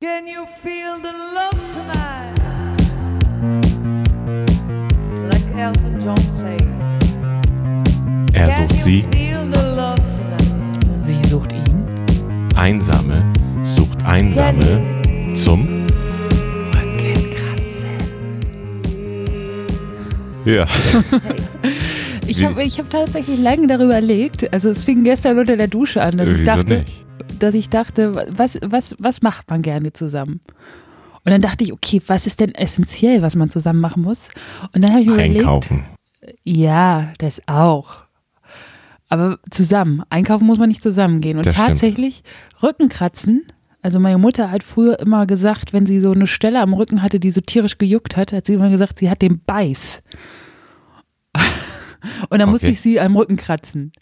Can you feel the love tonight? Like Elton John said. Er Can sucht you sie, feel the love tonight? Sie sucht ihn. Einsame sucht Einsame zum Ja. Ich Wie- habe ich hab tatsächlich lange darüber erlegt. Also es fing gestern unter der Dusche an, dass ich Wieso dachte, nicht? dass ich dachte, was, was, was macht man gerne zusammen? Und dann dachte ich, okay, was ist denn essentiell, was man zusammen machen muss? Und dann habe ich mir überlegt, Einkaufen. ja, das auch. Aber zusammen. Einkaufen muss man nicht zusammengehen. Und Das stimmt. tatsächlich Rückenkratzen. Also meine Mutter hat früher immer gesagt, wenn sie so eine Stelle am Rücken hatte, die so tierisch gejuckt hat, hat sie immer gesagt, sie hat den Beiß. Und dann musste Okay. ich sie am Rücken kratzen.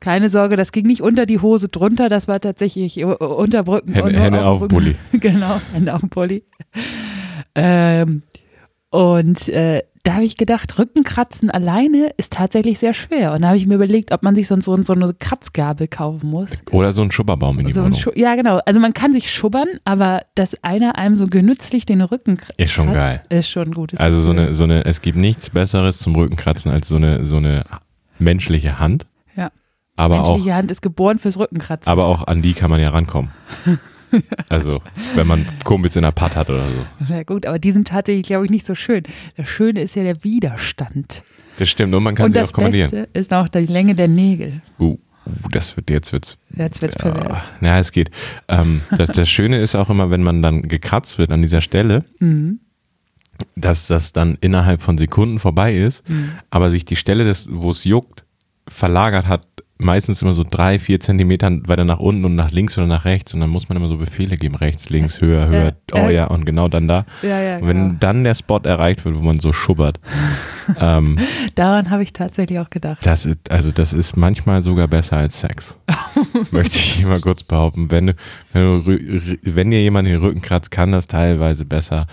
Keine Sorge, das ging nicht unter die Hose drunter, das war tatsächlich äh, unter dem Rücken. Hände- nur Hände auf dem Rücken. genau, Hände auf dem Pulli. Ähm, und äh, da habe ich gedacht, Rückenkratzen alleine ist tatsächlich sehr schwer. Und da habe ich mir überlegt, ob man sich sonst so, so eine Kratzgabel kaufen muss. Oder so ein Schubberbaum in die So ein Wohnung. Schu- ja, genau. Also man kann sich schubbern, aber dass einer einem so genützlich den Rücken kr- kratzt, Ist schon geil. Ist schon ein gutes Also so Gefühl. eine, so eine, es gibt nichts Besseres zum Rückenkratzen als so eine, so eine menschliche Hand. Ja. Aber auch, menschliche Hand ist geboren fürs Rückenkratzen. aber auch an die kann man ja rankommen. Also, wenn man Kumpels in der Pad hat oder so. Na gut, aber die sind tatsächlich, glaube ich, nicht so schön. Das Schöne ist ja der Widerstand. Das stimmt, und man kann Und sie das auch kommandieren. Beste ist auch die Länge der Nägel. Uh, uh, das wird, jetzt wird's Jetzt wird's pervers. Ja, ja, Ah, es geht. Ähm, das, das Schöne ist auch immer, wenn man dann gekratzt wird an dieser Stelle, Mhm. dass das dann innerhalb von Sekunden vorbei ist, Mhm. aber sich die Stelle, des- wo es juckt, verlagert hat, meistens immer so drei, vier Zentimeter weiter nach unten und nach links oder nach rechts und dann muss man immer so Befehle geben, rechts, links, höher, höher, Ja, oh ja. ja, und genau dann da. Ja, Äh, ja, und wenn genau. dann der Spot erreicht wird, wo man so schubbert, ähm, Daran habe ich tatsächlich auch gedacht. das ist, also das ist manchmal sogar besser als Sex. Möchte ich mal kurz behaupten. Wenn, du, wenn, du, rü- rü- wenn dir jemand den Rücken kratzt, kann das teilweise besser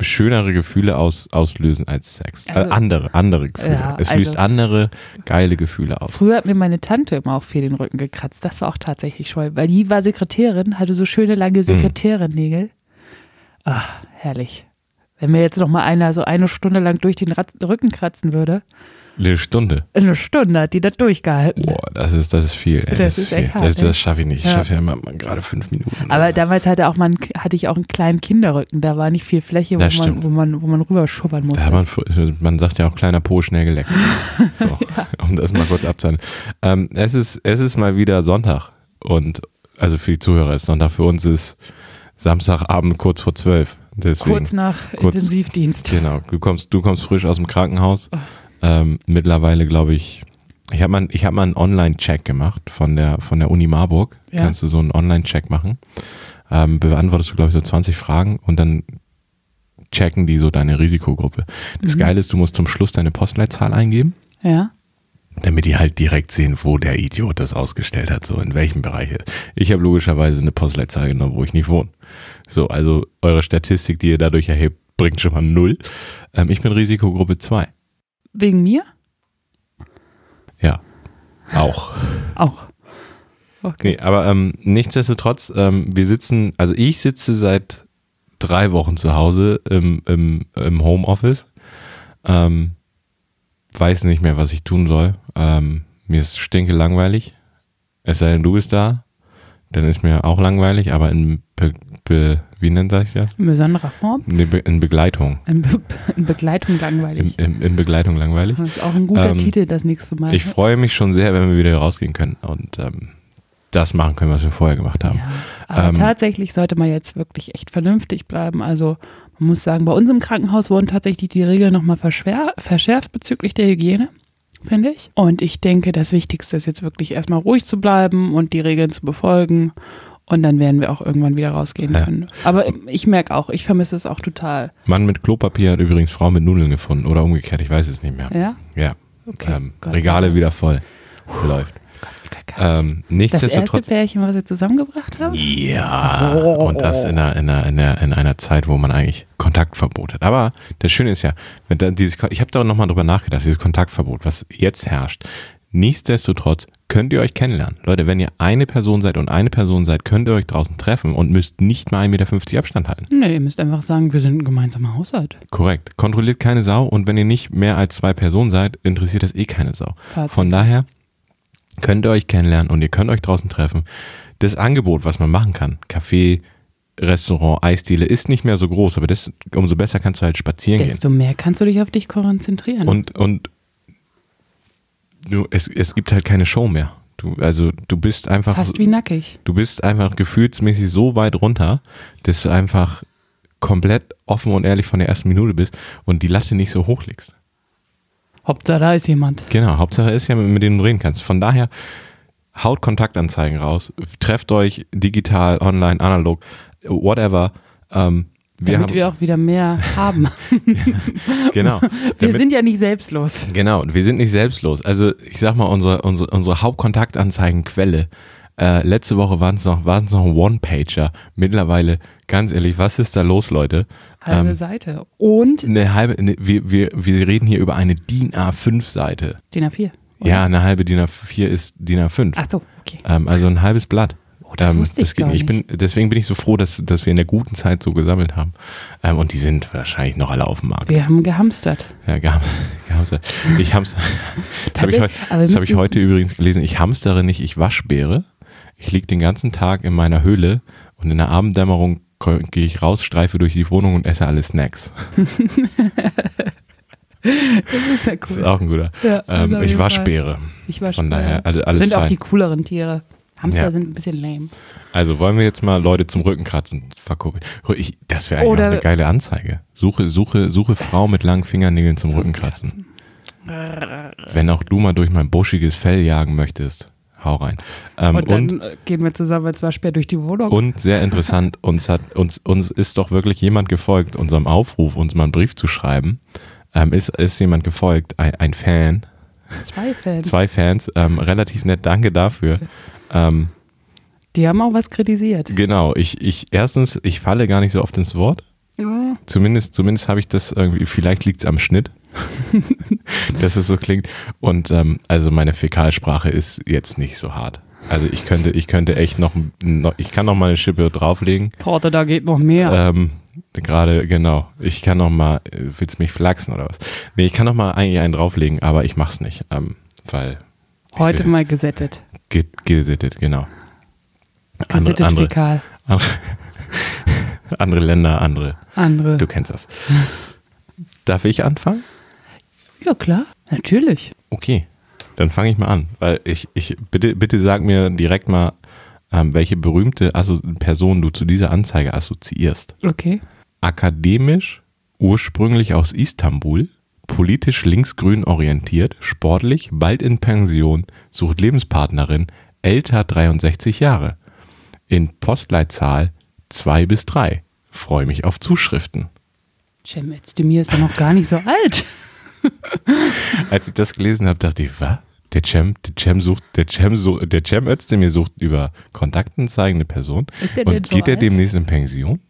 schönere Gefühle aus, auslösen als Sex. Äh, Also- andere, andere Gefühle. Ja, es also- löst andere geile Gefühle aus. Früher hat mir meine Tante immer auch viel den Rücken gekratzt. Das war auch tatsächlich toll, weil die war Sekretärin, hatte so schöne Hm. lange Sekretärinnägel. Ah, herrlich. Wenn mir jetzt noch mal einer so eine Stunde lang durch den Ratz Rücken kratzen würde, Eine Stunde. eine Stunde hat die das durchgehalten. Boah, das ist, das ist viel. Ey, Das ist viel. echt hart, Das, ne? das schaffe ich nicht. Ich Ja. schaffe ja immer mal gerade fünf Minuten. Aber damals hatte, auch mal ein, hatte ich auch einen kleinen Kinderrücken. Da war nicht viel Fläche, Das wo man, stimmt. wo man, wo man rüberschubbern musste. Da hat man, fr- man sagt ja auch kleiner Po schnell geleckt. So, um das mal kurz abzuhalten. Ähm, es, ist, es ist mal wieder Sonntag und also für die Zuhörer ist Sonntag, für uns ist Samstagabend kurz vor zwölf. Deswegen, kurz nach Kurz- Intensivdienst. Genau, du kommst, du kommst frisch aus dem Krankenhaus. Oh. Ähm, mittlerweile glaube ich, ich habe mal, ich hab mal einen Online-Check gemacht von der, von der Uni Marburg. Ja. Kannst du so einen Online-Check machen. Ähm, beantwortest du, glaube ich, so 20 Fragen und dann checken die so deine Risikogruppe. Das Geile ist, du musst zum Schluss deine Postleitzahl eingeben, Mhm. Ja. damit die halt direkt sehen, wo der Idiot das ausgestellt hat, so in welchem Bereich. er ist. Ich habe logischerweise eine Postleitzahl genommen, wo ich nicht wohne. So, also eure Statistik, die ihr dadurch erhebt, bringt schon mal null. Ähm, ich bin Risikogruppe 2. Wegen mir? Ja. Auch. Auch. Okay. Nee, aber ähm, nichtsdestotrotz, ähm, wir sitzen, also ich sitze seit drei Wochen zu Hause im, im, im Homeoffice. Ähm, weiß nicht mehr, was ich tun soll. Ähm, mir ist stinke langweilig. Es sei denn, du bist da, dann ist mir auch langweilig, aber in, be, be, wie nennt sich das? In besonderer Form? Nee, be, in Begleitung. In, Be in Begleitung langweilig. In, in, in Begleitung langweilig. Das ist auch ein guter Ähm, Titel das nächste Mal. Ich freue mich schon sehr, wenn wir wieder rausgehen können und ähm, das machen können, was wir vorher gemacht haben. ja, aber ähm, tatsächlich sollte man jetzt wirklich echt vernünftig bleiben. Also man muss sagen, bei uns im Krankenhaus wurden tatsächlich die Regeln nochmal verschärft bezüglich der Hygiene, finde ich. Und ich denke, das Wichtigste ist jetzt wirklich erstmal ruhig zu bleiben und die Regeln zu befolgen. Und dann werden wir auch irgendwann wieder rausgehen Ja. können. Aber ich merke auch, ich vermisse es auch total. Mann mit Klopapier hat übrigens Frau mit Nudeln gefunden oder umgekehrt, ich weiß es nicht mehr. Ja? Ja, Okay, ähm, Gott sei Regale Dank. wieder voll. Läuft. Ähm, Das erste nichtsdestotrotz. Pärchen, was wir zusammengebracht haben? Ja, und das in einer, in, einer, in, einer, in einer Zeit, wo man eigentlich Kontaktverbot hat. Aber das Schöne ist ja, wenn da dieses, Ko- ich habe da nochmal drüber nachgedacht, dieses Kontaktverbot, was jetzt herrscht, Nichtsdestotrotz könnt ihr euch kennenlernen. Leute, wenn ihr eine Person seid und eine Person seid, könnt ihr euch draußen treffen und müsst nicht mal 1,50 Meter Abstand halten. Nee, ihr müsst einfach sagen, wir sind ein gemeinsamer Haushalt. Korrekt. Kontrolliert keine Sau und wenn ihr nicht mehr als zwei Personen seid, interessiert das eh keine Sau. Tatsächlich. Von daher könnt ihr euch kennenlernen und ihr könnt euch draußen treffen. Das Angebot, was man machen kann, Café, Restaurant, Eisdiele, ist nicht mehr so groß, aber das, umso besser kannst du halt spazieren gehen. Desto mehr kannst du dich auf dich konzentrieren. Und, und du, es, es gibt halt keine Show mehr. Du, also du bist einfach, Fast wie nackig. du bist einfach gefühlsmäßig so weit runter, dass du einfach komplett offen und ehrlich von der ersten Minute bist und die Latte nicht so hoch legst. Hauptsache, da ist jemand. Genau, Hauptsache ist ja, mit denen du reden kannst. Von daher, haut Kontaktanzeigen raus, trefft euch digital, online, analog, whatever. Ähm, wir Damit haben, wir auch wieder mehr haben. genau, Wir damit- sind ja nicht selbstlos. Genau, und wir sind nicht selbstlos. Also ich sag mal, unsere, unsere, unsere Hauptkontaktanzeigenquelle, äh, letzte Woche waren es noch, waren's noch One-Pager. Mittlerweile, ganz ehrlich, was ist da los, Leute? Halbe Ähm, Seite. Und eine halbe, ne, wir, wir, wir reden hier über eine DIN A5-Seite. DIN A4. oder? Ja, eine halbe DIN A4 ist DIN A5. Ach so, okay. Ähm, also ein halbes Blatt. Oh, das wusste ich geht gar nicht. Bin, deswegen bin ich so froh, dass, dass wir in der guten Zeit so gesammelt haben. Ähm, und die sind wahrscheinlich noch alle auf dem Markt. Wir haben gehamstert. Ja, gab, gab's. Ich hamster. Das habe ich, heu- Tatsächlich, aber wir das hab ich müssen- heute übrigens gelesen. Ich hamstere nicht, ich waschbäre. Ich liege den ganzen Tag in meiner Höhle und in der Abenddämmerung ko- gehe ich raus, streife durch die Wohnung und esse alle Snacks. Das ist ja Das cool. ist auch ein guter. Ja, das ähm, auf ich jeden waschbäre. ich war von schon- daher, alle- alles sind auch fein. die cooleren Tiere. Hamster Ja. sind ein bisschen lame. Also wollen wir jetzt mal Leute zum Rücken kratzen verkuppeln. Hör, ich- Das wäre eigentlich Oder- auch eine geile Anzeige. Suche, suche, suche Frau mit langen Fingernägeln zum, Rücken kratzen. Wenn auch du mal durch mein buschiges Fell jagen möchtest, hau rein. Ähm, Und dann äh, gehen wir zusammen als Waschbär durch die Wohnung. Und sehr interessant, uns hat uns, uns ist doch wirklich jemand gefolgt, unserem Aufruf, uns mal einen Brief zu schreiben. Ähm, ist, ist jemand gefolgt, ein, ein Fan, Zwei Fans. zwei Fans, ähm, relativ nett, danke dafür. Ähm, Die haben auch was kritisiert. genau, ich, ich erstens, ich falle gar nicht so oft ins Wort. Ja. Zumindest, zumindest habe ich das irgendwie, vielleicht liegt es am Schnitt, dass es so klingt. Und ähm, also meine Fäkalsprache ist jetzt nicht so hart. Also ich könnte, ich könnte echt noch, noch ich kann noch mal eine Schippe drauflegen. Torte, da geht noch mehr. Ähm, Gerade, genau. Ich kann noch mal, äh, willst du mich flachsen oder was? Nee, ich kann noch mal eigentlich einen drauflegen, aber ich mach's nicht, ähm, weil ich Heute will- mal gesättet. ge gesittet, genau. Andere, Gesättet andere, fäkal. andere, andere Länder, andere. Andere. Du kennst das. Darf ich anfangen? Ja, klar. Natürlich. Okay, dann fange ich mal an, weil ich, ich bitte, bitte sag mir direkt mal, ähm, welche berühmte Asso Person du zu dieser Anzeige assoziierst. Okay. akademisch, ursprünglich aus Istanbul, politisch linksgrün orientiert, sportlich, bald in Pension, sucht Lebenspartnerin, älter 63 Jahre. In Postleitzahl 2 bis 3. Freue mich auf Zuschriften. Cem Özdemir ist ja noch gar nicht so alt. Als ich das gelesen habe, dachte ich, was? Der Cem, der Cem sucht, der Cem, so, der Cem Özdemir sucht über Kontaktanzeigen eine Person Ist der denn und so geht er alt? demnächst in Pension?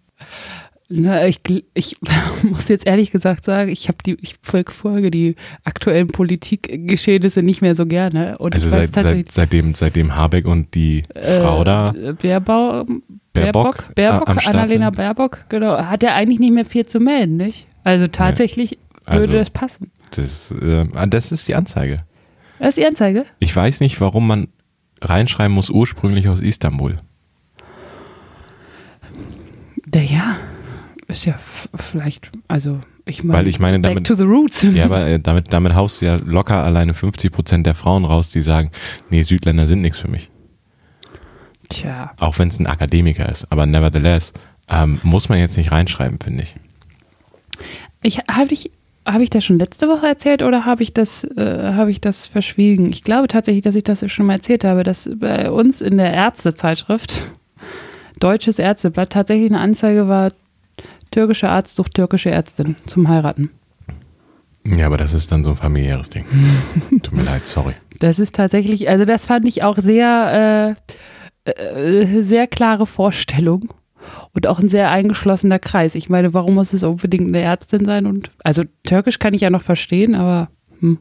Na, ich, gl- ich muss jetzt ehrlich gesagt sagen, ich habe die, ich folge, folge die aktuellen Politikgeschehnisse nicht mehr so gerne. Und Also ich weiß seit, seit, tatsächlich, seitdem, seitdem Habeck und die Frau da äh, Baerbau, Baerbock, Baerbock, Baerbock äh, am Start Annalena sind. Baerbock, genau, hat er eigentlich nicht mehr viel zu melden, nicht? Also tatsächlich Also- würde das passen. Das, äh, ah, das ist die Anzeige. Das ist die Anzeige. Ich weiß nicht, warum man reinschreiben muss, ursprünglich aus Istanbul. Naja, ist ja f- vielleicht, also ich meine, Weil ich meine, back damit- to the roots. Ja, aber äh, damit, damit haust du ja locker alleine 50% der Frauen raus, die sagen, nee, Südländer sind nichts für mich. Tja, Auch wenn es ein Akademiker ist. Aber nevertheless, ähm, muss man jetzt nicht reinschreiben, finde ich. ich habe ich habe ich das schon letzte Woche erzählt oder habe ich das äh, habe ich das verschwiegen? Ich glaube tatsächlich, dass ich das schon mal erzählt habe, dass bei uns in der Ärztezeitschrift Deutsches Ärzteblatt tatsächlich eine Anzeige war türkischer Arzt sucht türkische Ärztin zum heiraten. Ja, aber das ist dann so ein familiäres Ding. Tut mir leid, sorry. Das ist tatsächlich, also das fand ich auch sehr, äh, äh, sehr klare Vorstellung und auch ein sehr eingeschlossener Kreis. Ich meine, warum muss es unbedingt eine Ärztin sein? Und also Türkisch kann ich ja noch verstehen, aber hm,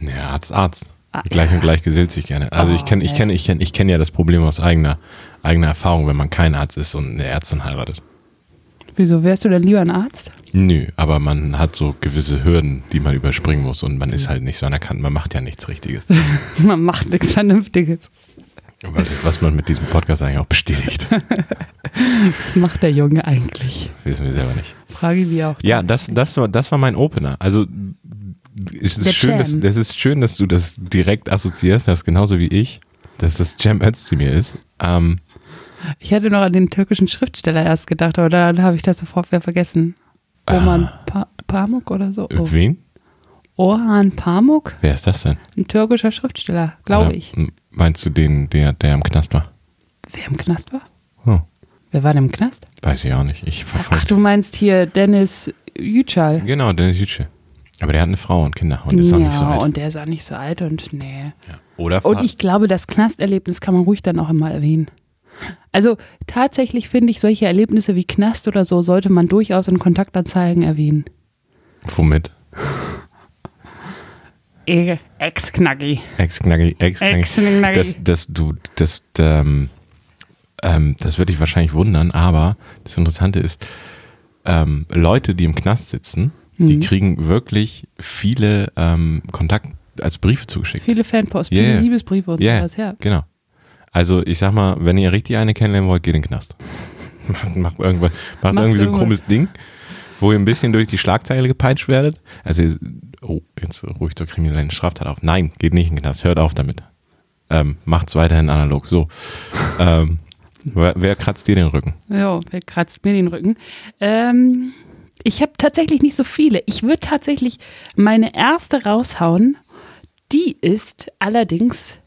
Ja, Arzt, Arzt. Ah, Gleich und gleich gesellt sich gerne. Also ich Oh, kenne ich nee. kenn, ich kenn, ich kenn ja das Problem aus eigener, eigener Erfahrung, wenn man kein Arzt ist und eine Ärztin heiratet. Wieso wärst du denn lieber ein Arzt? Nö, aber man hat so gewisse Hürden, die man überspringen muss und man ist halt nicht so anerkannt. Man macht ja nichts Richtiges. Man macht nichts Vernünftiges. Was, was man mit diesem Podcast eigentlich auch bestätigt, Was macht der Junge eigentlich? wissen wir selber nicht. Frage ich mich auch. Ja, das, das, war, das war mein Opener. Also es ist Der schön, dass, Jam. das ist schön, dass du das direkt assoziierst, das genauso wie ich, dass das Jam Ötz zu mir ist. Ähm, Ich hätte noch an den türkischen Schriftsteller erst gedacht, aber dann habe ich das sofort wieder vergessen. Orhan pa Pamuk oder so? Oh. Wen? Orhan Pamuk? Wer ist das denn? Ein türkischer Schriftsteller, glaube Oder ich. m- Meinst du den, der, der im Knast war? Wer im Knast war? Oh, Wer war denn im Knast? weiß ich auch nicht. Ich Ach, verfolge. du meinst hier Dennis Yücel. Genau, Dennis Yücel. Aber der hat eine Frau und Kinder und ist auch nicht so alt. und der ist auch nicht so alt und nee. ja. Oder Und Fa- ich glaube, das Knasterlebnis kann man ruhig dann auch immer erwähnen. Also tatsächlich finde ich, solche Erlebnisse wie Knast oder so sollte man durchaus in Kontaktanzeigen erwähnen. Womit? Eh, Ex-Knacki. Ex-Knacki, Ex-Knacki. Ex-Knacki. Das, das, du, das, ähm, ähm, das wird dich wahrscheinlich wundern, aber das Interessante ist, ähm, Leute, die im Knast sitzen, die kriegen wirklich viele ähm, Kontakt, also Briefe zugeschickt. Viele Fanposts, Ja, viele ja. Liebesbriefe und Ja, sowas, ja. genau. Also ich sag mal, wenn ihr richtig eine kennenlernen wollt, geht in den Knast. macht, macht, irgendwas, macht, Macht irgendwie so ein irgendwas. krummes Ding, wo ihr ein bisschen durch die Schlagzeile gepeitscht werdet. Also ihr- oh, jetzt ruhig zur kriminellen Straftat auf. Nein, geht nicht in den Knast, hört auf damit. Ähm, macht's weiterhin analog. So. ähm, wer, wer kratzt dir den Rücken? Ja, wer kratzt mir den Rücken? Ähm, ich habe tatsächlich nicht so viele. Ich würde tatsächlich meine erste raushauen. Die ist allerdings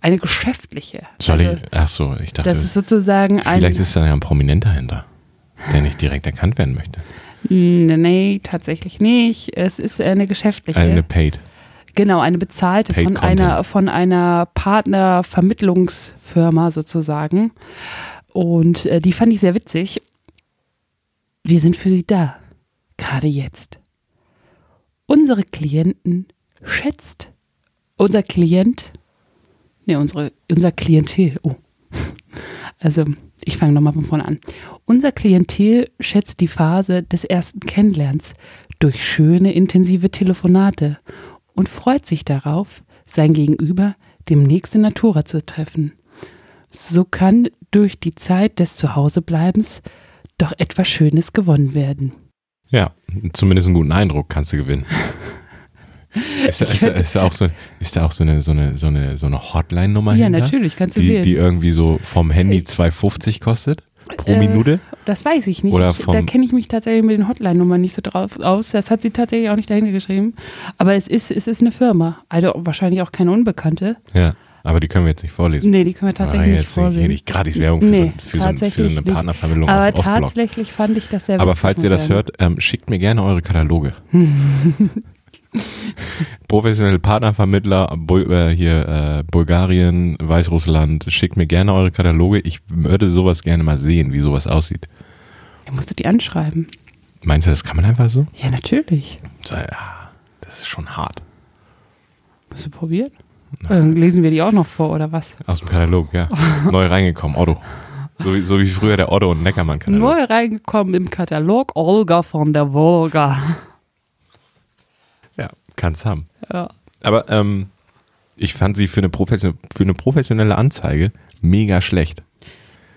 eine geschäftliche. Soll also, ich, ach so, ich dachte, das ist sozusagen ein. vielleicht ist da ja ein Prominenter hinter, der nicht direkt erkannt werden möchte. nee, Hm, nee, tatsächlich nicht. Es ist eine geschäftliche. Äh, Eine Paid. genau, eine bezahlte Paid von Content. einer, von einer Partnervermittlungsfirma sozusagen. Und äh, die fand ich sehr witzig. Wir sind für Sie da, gerade jetzt. Unsere Klienten schätzt unser Klient, nee, unsere, unser Klientel, oh. Also, ich fange nochmal von vorne an. Unser Klientel schätzt die Phase des ersten Kennenlernens durch schöne, intensive Telefonate und freut sich darauf, sein Gegenüber demnächst in Natura zu treffen. So kann durch die Zeit des Zuhausebleibens doch etwas Schönes gewonnen werden. Ja, zumindest einen guten Eindruck kannst du gewinnen. Ist da, ist, da, ist, da auch so, ist da auch so eine, so eine, so eine, so eine Hotline-Nummer Ja, hinter? natürlich, Äh, kannst du ne? die, wählen. die irgendwie so vom Handy 2,50 kostet äh, pro Minute? Das weiß ich nicht. Oder ich, vom- da kenne ich mich tatsächlich mit den Hotline-Nummern nicht so drauf aus. Das hat sie tatsächlich auch nicht dahinter geschrieben. Aber es ist, es ist eine Firma. Also wahrscheinlich auch keine Unbekannte. Ja, aber die können wir jetzt nicht vorlesen. Nee, die können wir tatsächlich Ah, nicht jetzt nicht, vorsehen. hier nicht gratis Werbung für, so, für, so, Nee, ein- für tatsächlich eine nicht. Partnervermittlung aus Aber dem Ostblock. tatsächlich fand ich Also das sehr Aber witzig, falls ihr muss das ich sagen. hört, ähm, schickt mir gerne eure Kataloge. Professionelle Partnervermittler, Bul äh, hier äh, Bulgarien, Weißrussland, schickt mir gerne eure Kataloge. Ich würde sowas gerne mal sehen, wie sowas aussieht. Ja, musst du die anschreiben. Meinst du, das kann man einfach so? Ja, natürlich. So, ja, Das ist schon hart. Musst du probieren? Dann lesen wir die auch noch vor, oder was? Aus dem Katalog, ja. Neu reingekommen, Otto. So wie, so wie früher der Otto und Neckermann-Katalog. Neu reingekommen im Katalog Olga von der Volga. Ja, kann's haben. Ja. Aber ähm, ich fand sie für eine, Profession für eine professionelle Anzeige mega schlecht.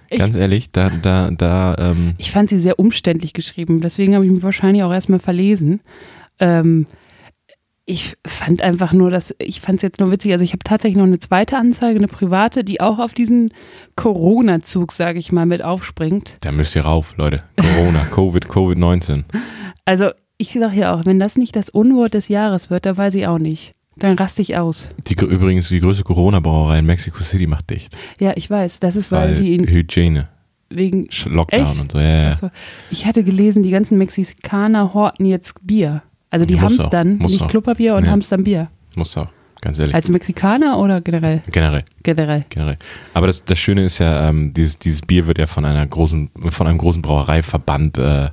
Ich- Ganz ehrlich, da, da, da, ähm, Ich fand sie sehr umständlich geschrieben, deswegen habe ich mich wahrscheinlich auch erstmal verlesen. Ähm, ich fand einfach nur, dass ich fand es jetzt nur witzig. Also ich habe tatsächlich noch eine zweite Anzeige, eine private, die auch auf diesen Corona-Zug, sage ich mal, mit aufspringt. da müsst ihr rauf, Leute. Corona, Covid, Covid-19. Also ich sage ja auch, wenn das nicht das Unwort des Jahres wird, dann weiß ich auch nicht. Dann raste ich aus. Die, gr- übrigens, die größte Corona-Brauerei in Mexico City macht dicht. Ja, ich weiß. Das ist, weil, Weil die ihn Hygiene, wegen Sch- Lockdown Echt? und so. Ja, ja, ja. Achso. Ich hatte gelesen, die ganzen Mexikaner horten jetzt Bier. Also die Muss haben es auch, dann, muss nicht auch. Klopapier und Ja. haben es dann Bier. Muss auch, ganz ehrlich. Als Mexikaner oder generell? Generell. Generell. generell. Aber das, das Schöne ist ja, ähm, dieses, dieses Bier wird ja von einer großen, von einem großen Brauereiverband äh,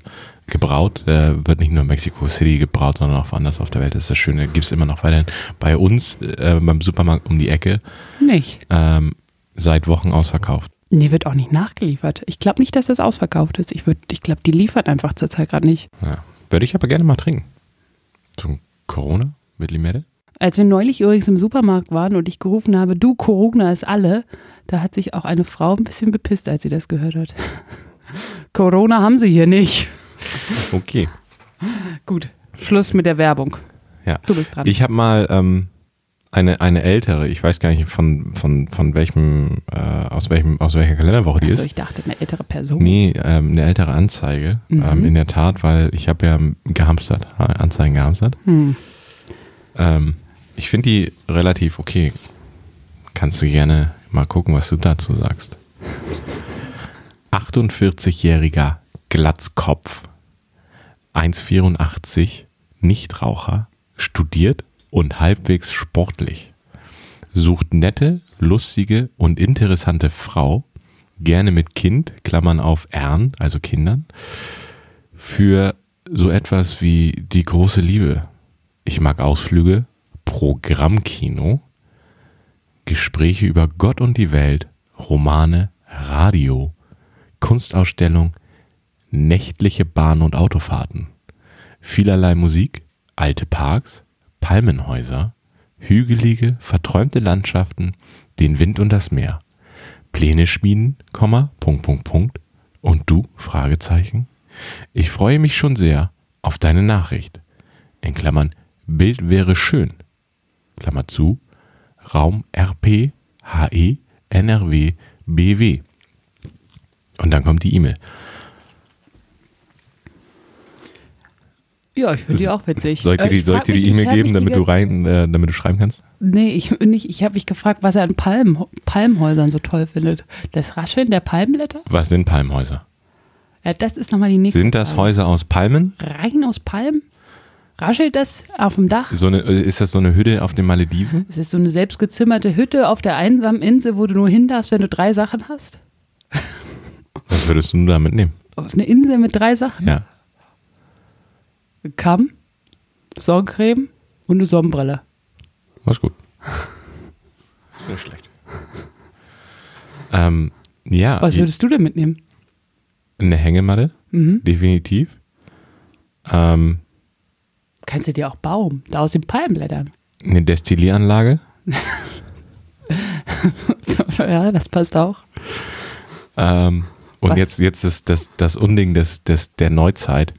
gebraut. Der wird nicht nur in Mexico City gebraut, sondern auch woanders auf der Welt. Das ist das Schöne. Gibt es immer noch weiterhin. Bei uns, äh, beim Supermarkt um die Ecke, Nicht. ähm, seit Wochen ausverkauft. Nee, wird auch nicht nachgeliefert. Ich glaube nicht, dass das ausverkauft ist. Ich, würd- ich glaube, die liefern einfach zurzeit gerade nicht. Ja. Würde ich aber gerne mal trinken. Zum Corona mit Limette? Als wir neulich übrigens im Supermarkt waren und ich gerufen habe, du Corona ist alle, da hat sich auch eine Frau ein bisschen bepisst, als sie das gehört hat. Corona haben sie hier nicht. Okay. Gut, Schluss mit der Werbung. Ja. Du bist dran. Ich habe mal ähm, eine, eine ältere, ich weiß gar nicht von, von, von welchem, äh, aus welchem, aus welcher Kalenderwoche die Achso, ist. ich dachte, eine ältere Person. Nee, ähm, eine ältere Anzeige. Mhm. Ähm, in der Tat, weil ich habe ja gehamstert, Anzeigen gehamstert. Hm. Ähm, ich finde die relativ okay. Kannst du gerne mal gucken, was du dazu sagst. 48-jähriger Glatzkopf, 1,84, Nichtraucher, studiert und halbwegs sportlich. Sucht nette, lustige und interessante Frau, gerne mit Kind, Klammern auf Ern, also Kindern, für so etwas wie die große Liebe. Ich mag Ausflüge, Programmkino, Gespräche über Gott und die Welt, Romane, Radio, Kunstausstellung, nächtliche Bahn- und Autofahrten, vielerlei Musik, alte Parks, Palmenhäuser, hügelige, verträumte Landschaften, den Wind und das Meer. Pläne schmieden, Komma, Punkt, Punkt, Punkt. Und du? Fragezeichen. Ich freue mich schon sehr auf deine Nachricht. In Klammern, Bild wäre schön. Klammer zu, Raum RP, HE, NRW, BW. Und dann kommt die E-Mail. Ja, ich finde die auch witzig. Soll ich dir Äh, die ich soll ich frag dir die mich- ich E-Mail hab mich geben, die damit ganze- du rein, äh, damit du schreiben kannst? Nee, ich nicht. Ich habe mich gefragt, was er an Palmen, Palmhäusern so toll findet. Das Rascheln der Palmblätter? Was sind Palmhäuser? Ja, das ist nochmal die nächste Sind das Frage. Häuser aus Palmen? Rein aus Palmen? Raschelt das auf dem Dach? So eine, äh, ist das so eine Hütte auf den Malediven? Es ist so eine selbstgezimmerte Hütte auf der einsamen Insel, wo du nur hin darfst, wenn du drei Sachen hast. Was würdest du damit nehmen? Auf eine Insel mit drei Sachen. Ja. Kamm, Sonnencreme und eine Sonnenbrille. Mach's gut. Ist nicht schlecht. Ähm, ja, Was ich- würdest du denn mitnehmen? eine Hängematte, Mhm. definitiv. Ähm, Kannst du dir auch Baum, da aus den Palmenblättern. eine Destillieranlage, ja, das passt auch. Ähm, und Was? jetzt, jetzt ist das, das Unding des, des, der Neuzeit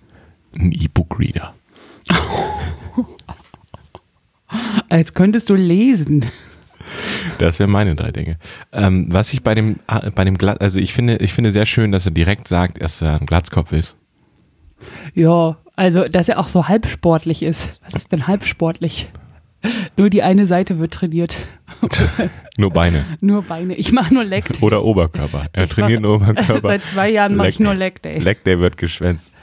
ein E-Book-Reader. Als könntest du lesen. Das wären meine drei Dinge. Ähm, was ich bei dem, ah, bei dem Glatt, also ich finde, ich finde sehr schön, dass er direkt sagt, dass er ein Glatzkopf ist. Ja, also, dass er auch so halbsportlich ist. Was ist denn halbsportlich? Nur die eine Seite wird trainiert. Nur Beine Nur Beine. Ich mache nur Leg Day. oder Oberkörper. Er mach- trainiert nur Oberkörper. Seit zwei Jahren mache ich nur Leg Day. Leg Day wird geschwänzt.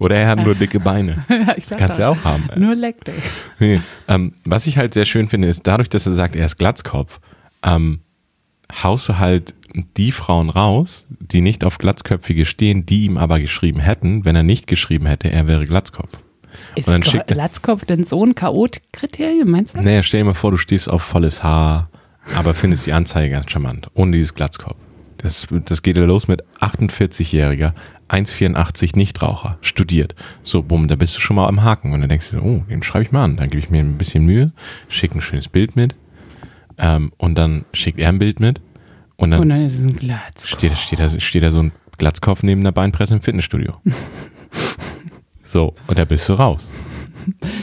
Oder er hat nur dicke Beine. Ja, ich sag Kannst du doch. ja auch haben. Nur Leg Day. Nee, ähm, was ich halt sehr schön finde, ist dadurch, dass er sagt, er ist Glatzkopf, ähm, haust du halt die Frauen raus, die nicht auf Glatzköpfige stehen, die ihm aber geschrieben hätten, wenn er nicht geschrieben hätte, er wäre Glatzkopf. Ist Und dann Gla- schickt er- Glatzkopf denn so ein Chaot-Kriterium, meinst du? Naja, stell dir mal vor, du stehst auf volles Haar, aber findest die Anzeige ganz charmant, ohne dieses Glatzkopf. Das, das geht ja los mit 48-Jähriger, 1,84 Nichtraucher, studiert. So, bumm, da bist du schon mal am Haken und dann denkst du, oh, den schreibe ich mal an. Dann gebe ich mir ein bisschen Mühe, schicke ein schönes Bild mit ähm, und dann schickt er ein Bild mit und dann Und dann ist es ein Glatzkopf. steht, steht, da, steht da so ein Glatzkopf neben der Beinpresse im Fitnessstudio. so, und da bist du raus.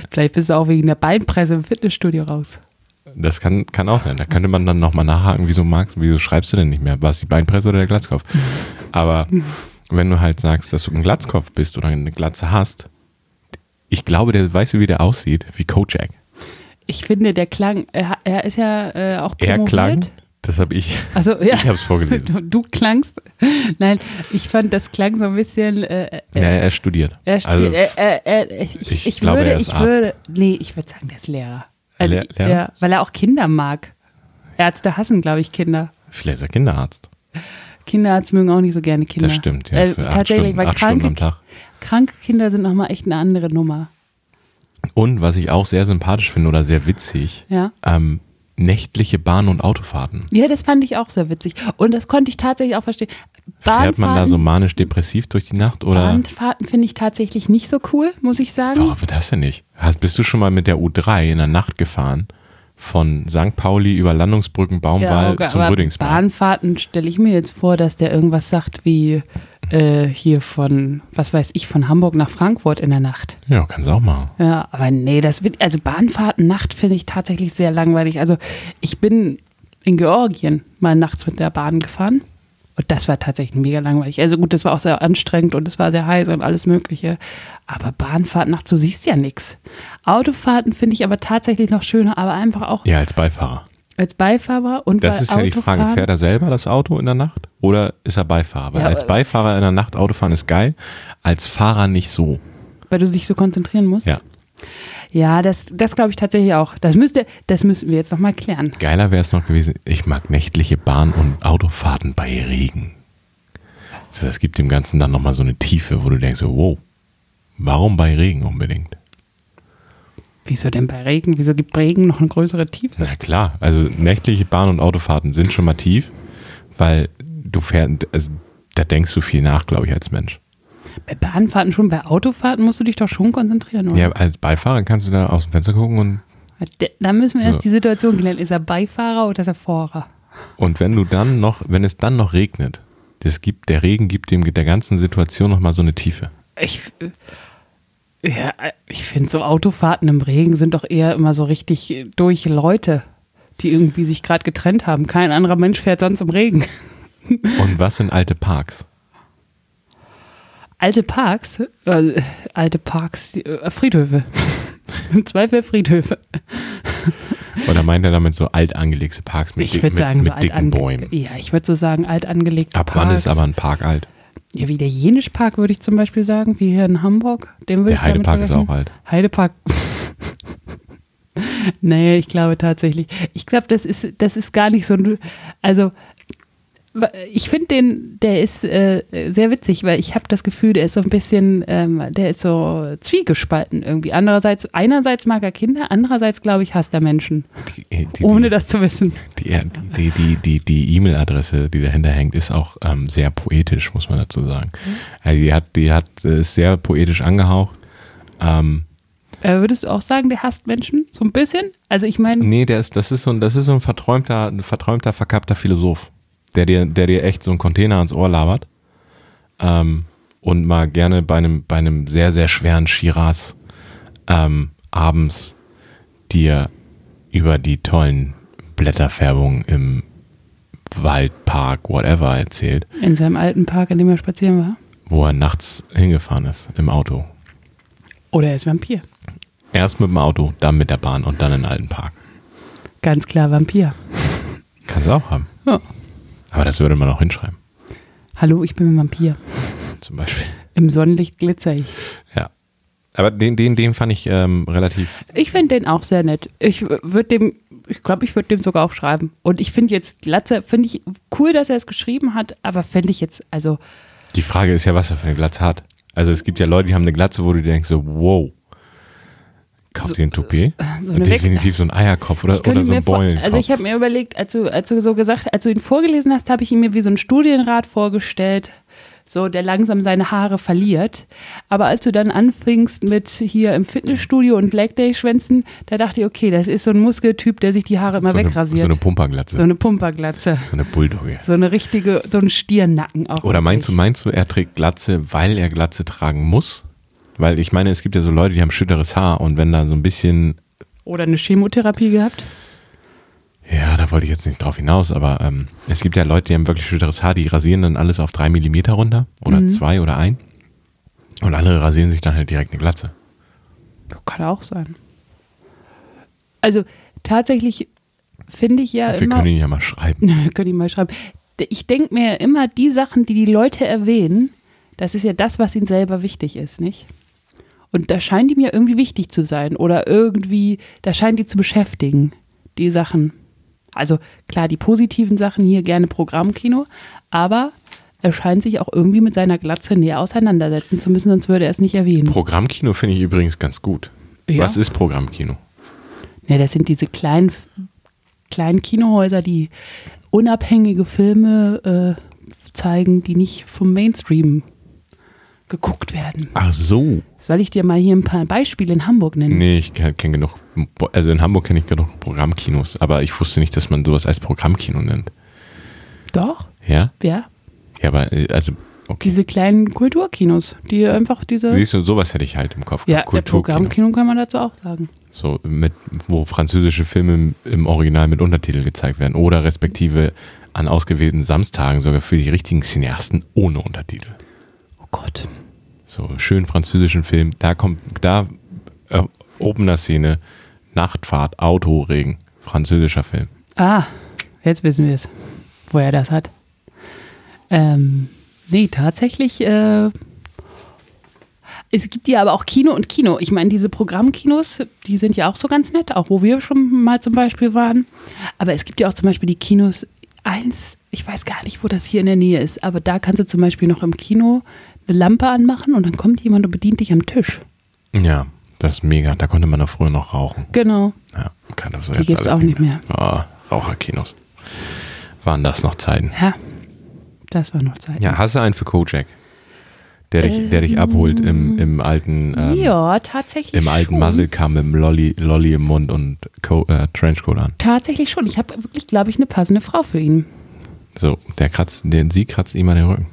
Vielleicht bist du auch wegen der Beinpresse im Fitnessstudio raus. Das kann, kann auch sein. Da könnte man dann nochmal nachhaken, wieso magst wieso schreibst du denn nicht mehr? War es die Beinpresse oder der Glatzkopf? Aber wenn du halt sagst, dass du ein Glatzkopf bist oder eine Glatze hast, ich glaube, der weiß, wie der aussieht, wie Kojak. Ich finde, der Klang, er, er ist ja äh, auch Er promoviert. klang, das habe ich, Also, ja. ich habe es vorgelesen. Du, du klangst. Nein, ich fand, das klang so ein bisschen. Äh, Ja, er studiert. er spielt, also, äh, äh, äh, ich, ich ich, glaube, würde, er ist ich würde, nee, ich würde sagen, der ist Lehrer. Also, Lehr- Lehrer? Ja, weil er auch Kinder mag. Ärzte hassen, glaube ich, Kinder. vielleicht ist er Kinderarzt. Kinderarzt mögen auch nicht so gerne Kinder. Das stimmt. Ja, das Äh, sind acht tatsächlich, Stunden, weil acht kranke, Stunden am Tag. kranke Kinder sind nochmal echt eine andere Nummer. Und was ich auch sehr sympathisch finde oder sehr witzig, Ja. ähm, nächtliche Bahn- und Autofahrten. Ja, das fand ich auch sehr witzig. Und das konnte ich tatsächlich auch verstehen. Fährt man da so Bahnfahrten- manisch-depressiv durch die Nacht oder? Bahnfahrten finde ich tatsächlich nicht so cool, muss ich sagen. Warum wird das denn nicht? Hast, bist du schon mal mit der U3 in der Nacht gefahren? Von St. Pauli über Landungsbrücken, Baumwall okay, zum aber Rüdingsmarkt. Bahnfahrten stelle ich mir jetzt vor, dass der irgendwas sagt wie äh, hier von, was weiß ich, von Hamburg nach Frankfurt in der Nacht. Ja, kannst auch mal. Ja, aber nee, das wird, also Bahnfahrten Nacht finde ich tatsächlich sehr langweilig. Also ich bin in Georgien mal nachts mit der Bahn gefahren und das war tatsächlich mega langweilig. Also gut, das war auch sehr anstrengend und es war sehr heiß und alles Mögliche. Aber Bahnfahrt nachts, du siehst ja nichts. Autofahrten finde ich aber tatsächlich noch schöner, aber einfach auch Ja, als Beifahrer. als Beifahrer und Das weil ist ja die Frage, Autofahren- fährt er selber das Auto in der Nacht oder ist er Beifahrer? Weil Ja, als aber- Beifahrer in der Nacht Autofahren ist geil, als Fahrer nicht so. Weil du dich so konzentrieren musst? Ja. Ja, das, das glaube ich tatsächlich auch. Das, müsste, das müssen wir jetzt nochmal klären. Geiler wäre es noch gewesen, ich mag nächtliche Bahn- und Autofahrten bei Regen. So, das gibt dem Ganzen dann nochmal so eine Tiefe, wo du denkst, so, wow, warum bei Regen unbedingt? Wieso denn bei Regen? Wieso gibt Regen noch eine größere Tiefe? Na klar, also nächtliche Bahn- und Autofahrten sind schon mal tief, weil du fährst, also, da denkst du viel nach, glaube ich, als Mensch. Bei Bahnfahrten schon, bei Autofahrten musst du dich doch schon konzentrieren, oder? Ja, als Beifahrer kannst du da aus dem Fenster gucken und De- Da müssen wir erst So. die Situation klären. Ist er Beifahrer oder ist er Fahrer? Und wenn du dann noch, wenn es dann noch regnet, das gibt, der Regen gibt dem der ganzen Situation nochmal so eine Tiefe. Ich, äh, ja, äh, ich finde so Autofahrten im Regen sind doch eher immer so richtig äh, durch Leute, die irgendwie sich gerade getrennt haben. Kein anderer Mensch fährt sonst im Regen. Und was sind alte Parks? Alte Parks, äh, alte Parks, die, äh, Friedhöfe. Im Zweifel Friedhöfe. Oder meint er damit so alt angelegte Parks mit, Ich dick- würde mit, sagen, mit so alt dicken ange- Bäumen? Ja, ich würde so sagen, alt angelegte Ab Parks. wann ist aber ein Park alt? Ja, wie der Jenischpark würde ich zum Beispiel sagen, wie hier in Hamburg. Den Der würde ich damit Heidepark ist vergleichen. auch alt. Heidepark. nee, ich glaube tatsächlich. Ich glaube, das ist, das ist gar nicht so ein. Also, wa- ich finde den, der ist äh, sehr witzig, weil ich habe das Gefühl, der ist so ein bisschen, ähm, der ist so zwiegespalten irgendwie. Andererseits, einerseits mag er Kinder, andererseits, glaube ich, hasst er Menschen, Die- äh, die- ohne das zu wissen. Die äh, die- die- die- die E-Mail-Adresse, die dahinter hängt, ist auch ähm, sehr poetisch, muss man dazu sagen. Also die hat, die hat, äh, ist sehr poetisch angehaucht. Ähm, Äh, würdest du auch sagen, der hasst Menschen? So ein bisschen? Also, ich meine, Nee, der ist, das ist so ein, das ist so ein verträumter, ein verträumter, verkappter Philosoph, der dir, der dir echt so einen Container ans Ohr labert. Ähm, und mal gerne bei einem, bei einem sehr, sehr schweren Shiraz ähm, abends dir über die tollen Blätterfärbungen im Waldpark, whatever, erzählt, in seinem alten Park, in dem er spazieren war. wo er nachts hingefahren ist im Auto. Oder er ist Vampir. Erst mit dem Auto, dann mit der Bahn und dann in den alten Park. Ganz klar Vampir. Kannst du auch haben. Ja. Aber das würde man auch hinschreiben, Hallo, ich bin ein Vampir. zum Beispiel. Im Sonnenlicht glitzer ich. Ja. Aber den, den, den fand ich ähm, relativ. Ich finde den auch sehr nett. Ich würde dem, ich glaube, ich würde dem sogar auch schreiben. Und ich finde jetzt Glatze, finde ich cool, dass er es geschrieben hat, aber fände ich jetzt, also, Die Frage ist ja, was er für eine Glatze hat. Also es gibt ja Leute, die haben eine Glatze, wo du dir denkst, so, wow. Kauft dir ein Toupet? so Und eine Weg- definitiv so ein Eierkopf oder, Ich könnte oder so mir ein vor- Beulen. Also ich habe mir überlegt, als du, als du so gesagt, als du ihn vorgelesen hast, habe ich ihn mir wie so einen Studienrat vorgestellt, so der langsam seine Haare verliert. Aber als du dann anfingst mit hier im Fitnessstudio und Black Day Schwänzen, da dachte ich, okay, das ist so ein Muskeltyp, der sich die Haare immer so eine, wegrasiert. so eine Pumperglatze. so eine Pumperglatze. So eine Bulldogge. So eine richtige, so ein Stirnnacken auch. Oder meinst du, wirklich. meinst du, er trägt Glatze, weil er Glatze tragen muss? Weil ich meine, es gibt ja so Leute, die haben schütteres Haar und wenn da so ein bisschen, Oder eine Chemotherapie gehabt? ja, da wollte ich jetzt nicht drauf hinaus, aber ähm, es gibt ja Leute, die haben wirklich schütteres Haar, die rasieren dann alles auf drei Millimeter runter oder Mhm. zwei oder ein. Und andere rasieren sich dann halt direkt eine Glatze. Kann auch sein. Also tatsächlich finde ich ja Wir immer. können ihn ja mal schreiben. Nö, könnt ihr mal schreiben. D- Ich denke mir immer, die Sachen, die die Leute erwähnen, das ist ja das, was ihnen selber wichtig ist, nicht? Und da scheinen die mir irgendwie wichtig zu sein oder irgendwie, da scheinen die zu beschäftigen, die Sachen. Also klar, die positiven Sachen hier gerne Programmkino, aber er scheint sich auch irgendwie mit seiner Glatze näher auseinandersetzen zu müssen, sonst würde er es nicht erwähnen. Programmkino finde ich übrigens ganz gut. Ja. Was ist Programmkino? Ne, das sind diese kleinen, kleinen Kinohäuser, die unabhängige Filme äh, zeigen, die nicht vom Mainstream geguckt werden. Ach so. Soll ich dir mal hier ein paar Beispiele in Hamburg nennen? Nee, ich kenne kenn genug, also in Hamburg kenne ich genug Programmkinos, aber ich wusste nicht, dass man sowas als Programmkino nennt. Doch, Ja? ja. Ja, aber äh, also, okay. Diese kleinen Kulturkinos, die einfach diese. Siehst du, sowas hätte ich halt im Kopf. ja, gehabt. der Programmkino kann man dazu auch sagen. So, mit, wo französische Filme im Original mit Untertitel gezeigt werden oder respektive an ausgewählten Samstagen sogar für die richtigen Cineasten ohne Untertitel. Oh Gott. So, schön französischen Film, da kommt, da, äh, Opener-Szene, Nachtfahrt, Auto, Regen, französischer Film. Ah, jetzt wissen wir es, woher das hat. Ähm, nee, tatsächlich. Äh, es gibt ja aber auch Kino und Kino. Ich meine, diese Programmkinos, die sind ja auch so ganz nett, auch wo wir schon mal zum Beispiel waren. Aber es gibt ja auch zum Beispiel die Kinos eins. ich weiß gar nicht, wo das hier in der Nähe ist, aber da kannst du zum Beispiel noch im Kino eine Lampe anmachen und dann kommt jemand und bedient dich am Tisch. Ja, das ist mega, da konnte man doch früher noch rauchen. Genau. Ja, kann das Die gibt's auch nicht mehr. Ah, Raucherkinos. Waren das noch Zeiten? Ja, das war noch Zeit. Ja, hast du einen für Kojak? Der dich, der dich abholt im, im alten, ähm, ja tatsächlich. im alten schon. Muzzle kam mit dem Lolli, Lolli im Mund und Co äh, Trenchcoat an. Tatsächlich schon. Ich habe wirklich, glaube ich, eine passende Frau für ihn. So, der kratzt, den, sie kratzt ihm an den Rücken.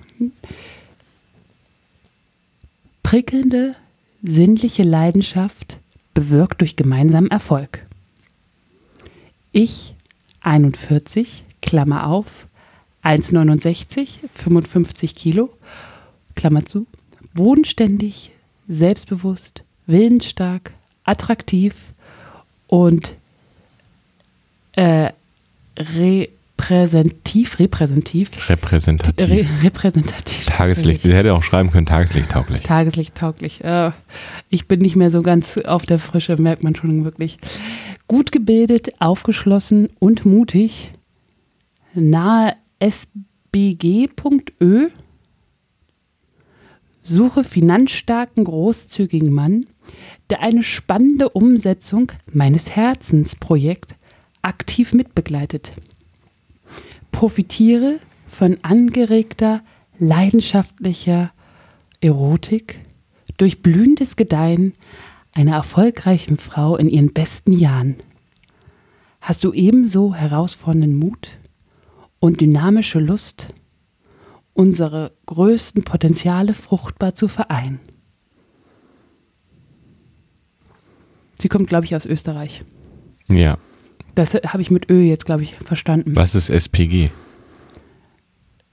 Prickelnde, sinnliche Leidenschaft bewirkt durch gemeinsamen Erfolg. Ich 41, Klammer auf, 1,69, 55 Kilo, Klammer zu, bodenständig, selbstbewusst, willensstark, attraktiv und äh, repräsentativ, repräsentativ, Repräsentativ. Re repräsentativ. Tageslicht, der hätte auch schreiben können, tageslichttauglich. Tageslicht tauglich. Äh, ich bin nicht mehr so ganz auf der Frische, merkt man schon wirklich. Gut gebildet, aufgeschlossen und mutig. Nahe sbg.ö. Suche finanzstarken, großzügigen Mann, der eine spannende Umsetzung meines Herzensprojekt aktiv mitbegleitet. Profitiere von angeregter, leidenschaftlicher Erotik durch blühendes Gedeihen einer erfolgreichen Frau in ihren besten Jahren. Hast du ebenso herausfordernden Mut und dynamische Lust, unsere größten Potenziale fruchtbar zu vereinen? Sie kommt, glaube ich, aus Österreich. Ja. Das habe ich mit Ö jetzt, glaube ich, verstanden. Was ist SPG?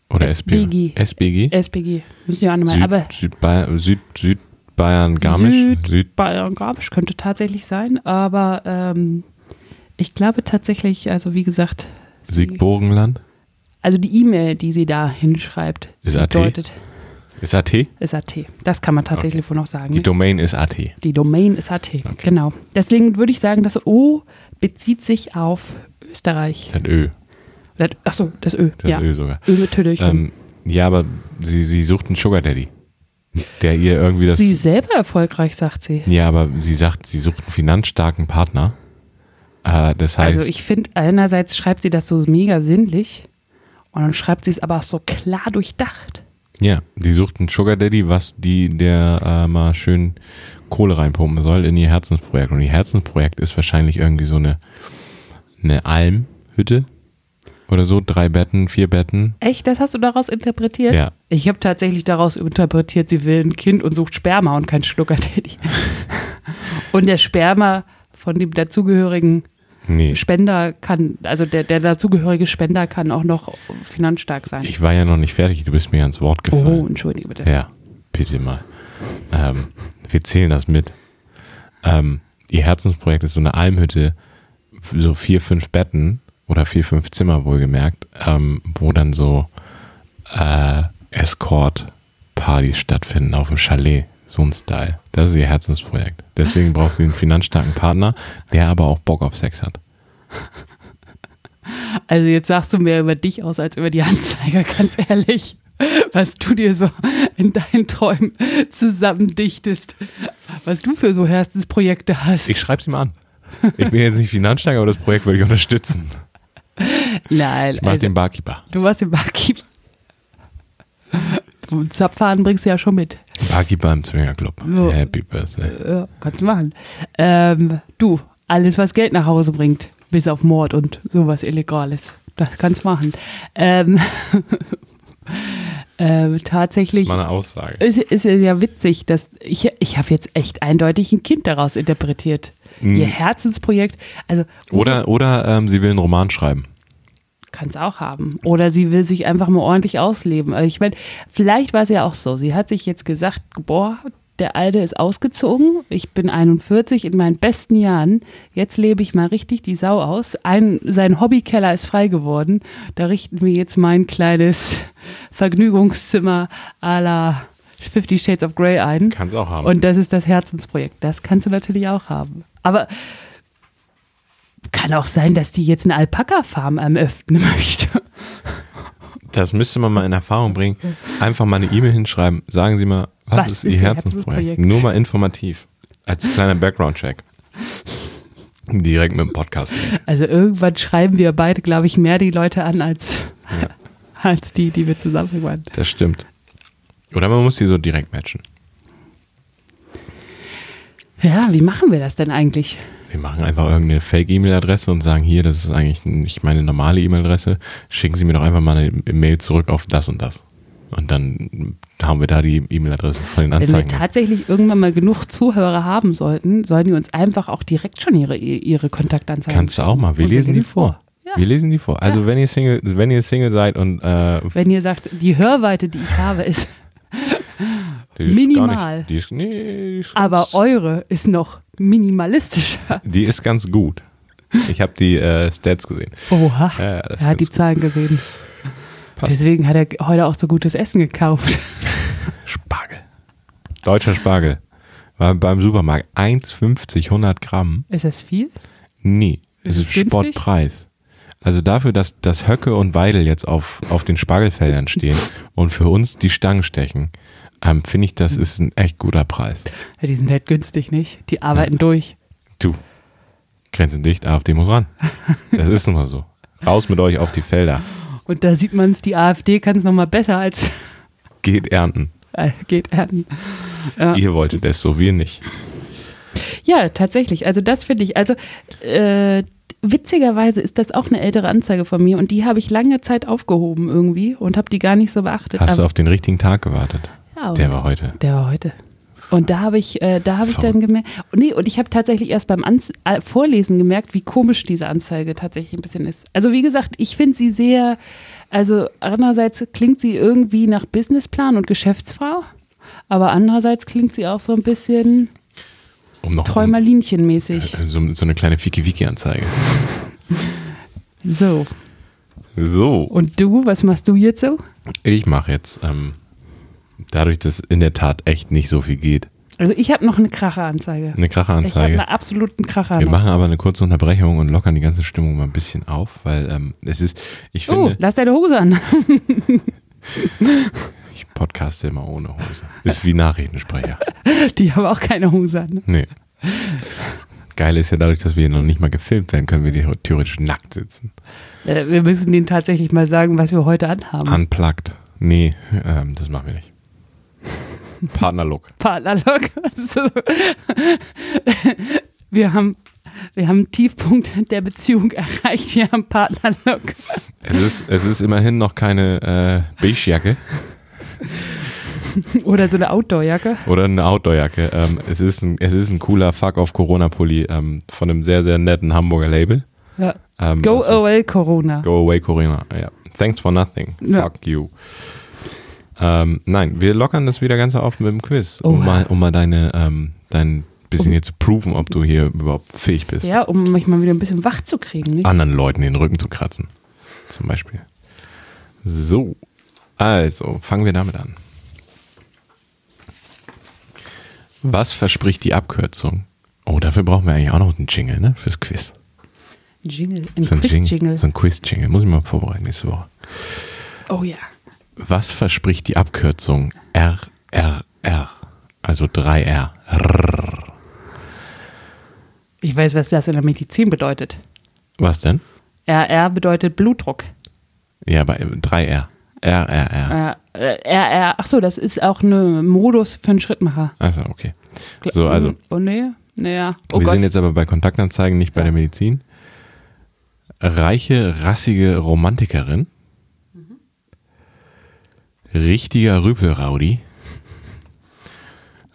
Oder SPG? SBG. SBG? SPG. Müssen ja anmelden. Süd, Äh, Aber Südbayern, Süd, Südbayern, Garmisch? Süd, Südbayern, Garmisch könnte tatsächlich sein, aber ähm, ich glaube tatsächlich, also wie gesagt, sie- Siegburgenland? also die E-Mail, die sie da hinschreibt, Ist sie AT? deutet, Ist AT? Die ist AT. Das kann man tatsächlich wohl noch sagen. ne? Domain ist AT. die Domain ist AT, genau. Deswegen würde ich sagen, das O bezieht sich auf Österreich. Das Ö. Oder- ach so, das Ö. Das ja. Ö sogar. Ö mit Tüdelchen. Ähm, ja, aber sie, sie sucht einen Sugar Daddy, der ihr irgendwie das. sie ist selber erfolgreich, sagt sie. ja, aber sie sagt, sie sucht einen finanzstarken Partner. Äh, das heißt, Also ich finde, einerseits schreibt sie das so mega sinnlich und dann schreibt sie es aber auch so klar durchdacht. ja, sie sucht einen Sugar Daddy, was die, der äh, mal schön Kohle reinpumpen soll in ihr Herzensprojekt. Und ihr Herzensprojekt ist wahrscheinlich irgendwie so eine, eine Almhütte oder so. Drei Betten, vier Betten. Echt, das hast du daraus interpretiert? Ja. Ich habe tatsächlich daraus interpretiert, sie will ein Kind und sucht Sperma und kein Schluckerdaddy. und der Sperma von dem dazugehörigen Nee. Spender kann, also der, der dazugehörige Spender kann auch noch finanzstark sein. Ich war ja noch nicht fertig, du bist mir ans Wort gefallen. oh, entschuldige bitte. Ja, bitte mal. Ähm, wir zählen das mit. Ähm, ihr Herzensprojekt ist so eine Almhütte, f- so vier, fünf Betten oder vier, fünf Zimmer wohlgemerkt, ähm, wo dann so äh, Escort-Partys stattfinden auf dem Chalet. So ein Style. Das ist ihr Herzensprojekt. Deswegen braucht sie einen finanzstarken Partner, der aber auch Bock auf Sex hat. Also jetzt sagst du mehr über dich aus als über die Anzeige, ganz ehrlich. was du dir so in deinen Träumen zusammendichtest, was du für so Herzensprojekte hast. Ich schreibe sie mal an. Ich bin jetzt nicht Finanzsteiger, aber das Projekt würde ich unterstützen. Nein, also Ich mache den Barkeeper. du warst im Barkeeper. Und Zapfhahn bringst du ja schon mit. Barkeeper im Zwingerclub. Ja. Happy Birthday. Ja, kannst du machen. Ähm, du, alles, was Geld nach Hause bringt, bis auf Mord und sowas Illegales, das kannst du machen. Ähm, ähm, tatsächlich Meine Aussage. ist, ist es ja witzig, dass ich, ich habe jetzt echt eindeutig ein Kind daraus interpretiert. Ihr Herzensprojekt, also Oder, oder ähm, sie will einen Roman schreiben. kann es auch haben. Oder sie will sich einfach mal ordentlich ausleben. Also ich meine, vielleicht war es ja auch so. Sie hat sich jetzt gesagt, boah, der Alte ist ausgezogen. Ich bin 41 in meinen besten Jahren. Jetzt lebe ich mal richtig die Sau aus. Ein, sein Hobbykeller ist frei geworden. Da richten wir jetzt mein kleines Vergnügungszimmer à la Fifty Shades of Grey ein. Kann's auch haben. Und das ist das Herzensprojekt. Das kannst du natürlich auch haben. Aber kann auch sein, dass die jetzt eine Alpaka-Farm eröffnen möchte. Das müsste man mal in Erfahrung bringen. Einfach mal eine E-Mail hinschreiben. Sagen Sie mal, was, ist Ihr Herzensprojekt? Herzensprojekt? Nur mal informativ. Als kleiner Background-Check. Direkt mit dem Podcast. Also irgendwann schreiben wir beide, glaube ich, mehr die Leute an als, Ja. als die, die wir zusammen waren. Das stimmt. Oder man muss die so direkt matchen. Ja, wie machen wir das denn eigentlich? Wir machen einfach irgendeine Fake-E-Mail-Adresse und sagen, hier, das ist eigentlich nicht meine normale E-Mail-Adresse. Schicken Sie mir doch einfach mal eine Mail zurück auf das und das. Und dann haben wir da die E-Mail-Adresse von den Wenn wir Anzeigen. tatsächlich irgendwann mal genug Zuhörer haben sollten, sollen die uns einfach auch direkt schon ihre, ihre Kontaktanzeigen Kannst du auch mal. Wir Und wir lesen die lesen vor. vor. Ja. Wir lesen die vor. Also wenn ihr Single, wenn ihr Single seid und äh, Wenn ihr sagt, die Hörweite, die ich habe, ist die ist Gar Minimal. nicht, die ist, nee, die ist, aber eure, ist noch minimalistischer. die ist ganz gut. Ich habe die äh, Stats gesehen. Oha. Ja, ja, das er hat die ist ganz Zahlen gesehen. Passt. Deswegen hat er heute auch so gutes Essen gekauft. gut. Spargel. Deutscher Spargel. War beim Supermarkt 1,50, 100 Gramm. Ist das viel? Nee, es Ist ist es günstig? Sportpreis. Also dafür, dass, dass Höcke und Weidel jetzt auf, auf den Spargelfeldern stehen und für uns die Stangen stechen, ähm, finde ich, das ist ein echt guter Preis. Ja, die sind halt günstig, nicht? Die arbeiten durch. Du, Grenzen dicht, AfD muss ran. Das ist nun mal so. Raus mit euch auf die Felder. Und da sieht man es, die AfD kann es nochmal besser als Geht ernten. äh, geht ernten. Ihr wolltet es so, wir nicht. Ja, tatsächlich. Also das finde ich. Also äh, witzigerweise ist das auch eine ältere Anzeige von mir und die habe ich lange Zeit aufgehoben irgendwie und habe die gar nicht so beachtet. Hast du Aber- auf den richtigen Tag gewartet? ja, Der und- war heute. Der war heute. Und da habe ich, äh, da habe ich Verrückt. dann gemerkt, nee, und ich habe tatsächlich erst beim Anz äh, Vorlesen gemerkt, wie komisch diese Anzeige tatsächlich ein bisschen ist. Also wie gesagt, ich finde sie sehr, also einerseits klingt sie irgendwie nach Businessplan und Geschäftsfrau, aber andererseits klingt sie auch so ein bisschen Um noch Träumerlinchenmäßig. um, so, so eine kleine Fiki-Wiki-Anzeige. So, So, und du, was machst du jetzt so? ich mache jetzt, ähm, dadurch, dass in der Tat echt nicht so viel geht, Also ich habe noch eine Kracheranzeige. eine Ich habe Kracheranzeige. einen absoluten Kracher. Wir noch. machen aber eine kurze Unterbrechung und lockern die ganze Stimmung mal ein bisschen auf, weil ähm, es ist, ich Oh, finde, lass deine Hose an. ich podcaste immer ohne Hose. Ist wie Nachrichtensprecher. Die haben auch keine Hose an. Nee. Das Geile ist ja dadurch, dass wir hier noch nicht mal gefilmt werden, können wir hier theoretisch nackt sitzen. Äh, wir müssen denen tatsächlich mal sagen, was wir heute anhaben. Hm. Unplugged. Nee, ähm, das machen wir nicht. Partnerlook. Partnerlook. Also, wir haben wir haben einen Tiefpunkt der Beziehung erreicht. Wir haben Partnerlook. Es ist, es ist immerhin noch keine äh, Beigejacke Oder so eine Outdoorjacke. oder eine Outdoorjacke. Ähm, es, ist ein, es ist ein cooler Fuck auf Corona-Pulli ähm, von einem sehr, sehr netten Hamburger Label. Ja. Ähm, Go also- away Corona. Go away, Corona. Ja. Thanks for nothing. Ja. Fuck you. Ähm, nein, wir lockern das wieder ganz auf mit dem Quiz, Oha. um mal, um mal deine, ähm, dein bisschen hier zu proven, ob du hier überhaupt fähig bist, Oh. Ja, um mich mal wieder ein bisschen wach zu kriegen. Nicht? anderen Leuten den Rücken zu kratzen. Zum Beispiel. So, also fangen wir damit an. Was verspricht die Abkürzung? Oh, dafür brauchen wir eigentlich auch noch einen Jingle, ne? Fürs Quiz. Jingle, ein So ein Jingle. Quiz-Jingle. So ein Quiz-Jingle. Muss ich mal vorbereiten nächste Woche. Oh ja. Was verspricht die Abkürzung RRR? Also 3R. Rrrr. Ich weiß, was das in der Medizin bedeutet. Was denn? RR bedeutet Blutdruck. Ja, bei 3R. RRR. Äh, äh, RR, ach so, das ist auch ein Modus für einen Schrittmacher. Also, okay. Gla- So, also. Oh, nee. Naja. Oh Wir Gott. sind jetzt aber bei Kontaktanzeigen, nicht bei der Medizin. Reiche, rassige Romantikerin. Mhm. Richtiger Rüpelraudi.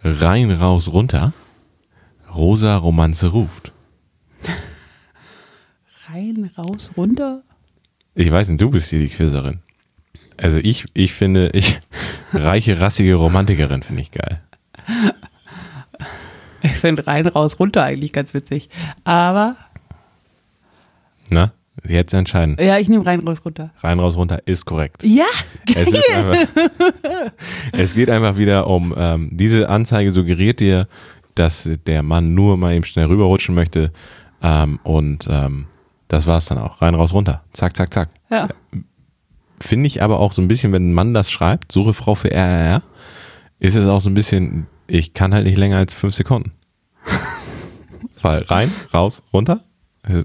Rein, raus, runter. Rosa Romanze ruft. Rein, raus, runter. Ich weiß nicht, du bist hier die Quizzerin. Also ich, ich finde, ich reiche, rassige Romantikerin finde ich geil. Ich finde rein, raus, runter eigentlich ganz witzig. Aber, Na? Jetzt entscheiden. ja, ich nehme rein, raus, runter. Rein, raus, runter ist korrekt. Ja, Es, ist einfach, es geht einfach wieder um, ähm, diese Anzeige suggeriert dir, dass der Mann nur mal eben schnell rüberrutschen möchte. Ähm, und ähm, das war's dann auch. Rein, raus, runter. Zack, zack, zack. ja. Finde ich aber auch so ein bisschen, wenn ein Mann das schreibt, suche Frau für RRR, ist es auch so ein bisschen, ich kann halt nicht länger als fünf Sekunden. Weil rein, raus, runter. äh,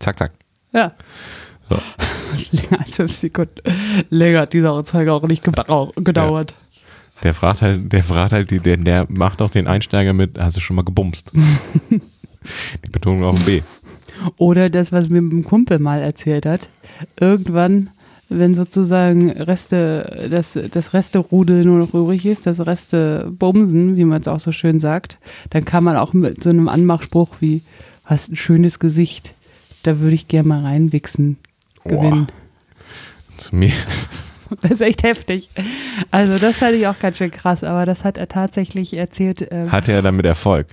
Zack, zack. ja. So. Länger als fünf Sekunden. Länger hat diese Anzeige auch nicht gebrau- gedauert. Der fragt halt, der fragt halt, die- der, der macht auch den Einsteiger mit, hast du schon mal gebumst? die Betonung auf dem B. Oder das, was mir ein Kumpel mal erzählt hat. Irgendwann, wenn sozusagen Reste, das, das Resterudel nur noch übrig ist, das Reste Bumsen, wie man es auch so schön sagt, dann kann man auch mit so einem Anmachspruch wie, hast ein schönes Gesicht, da würde ich gerne mal reinwichsen, gewinnen. Zu mir. Das ist echt heftig. Also das fand ich auch ganz schön krass, aber das hat er tatsächlich erzählt. ähm, Hatte er damit Erfolg.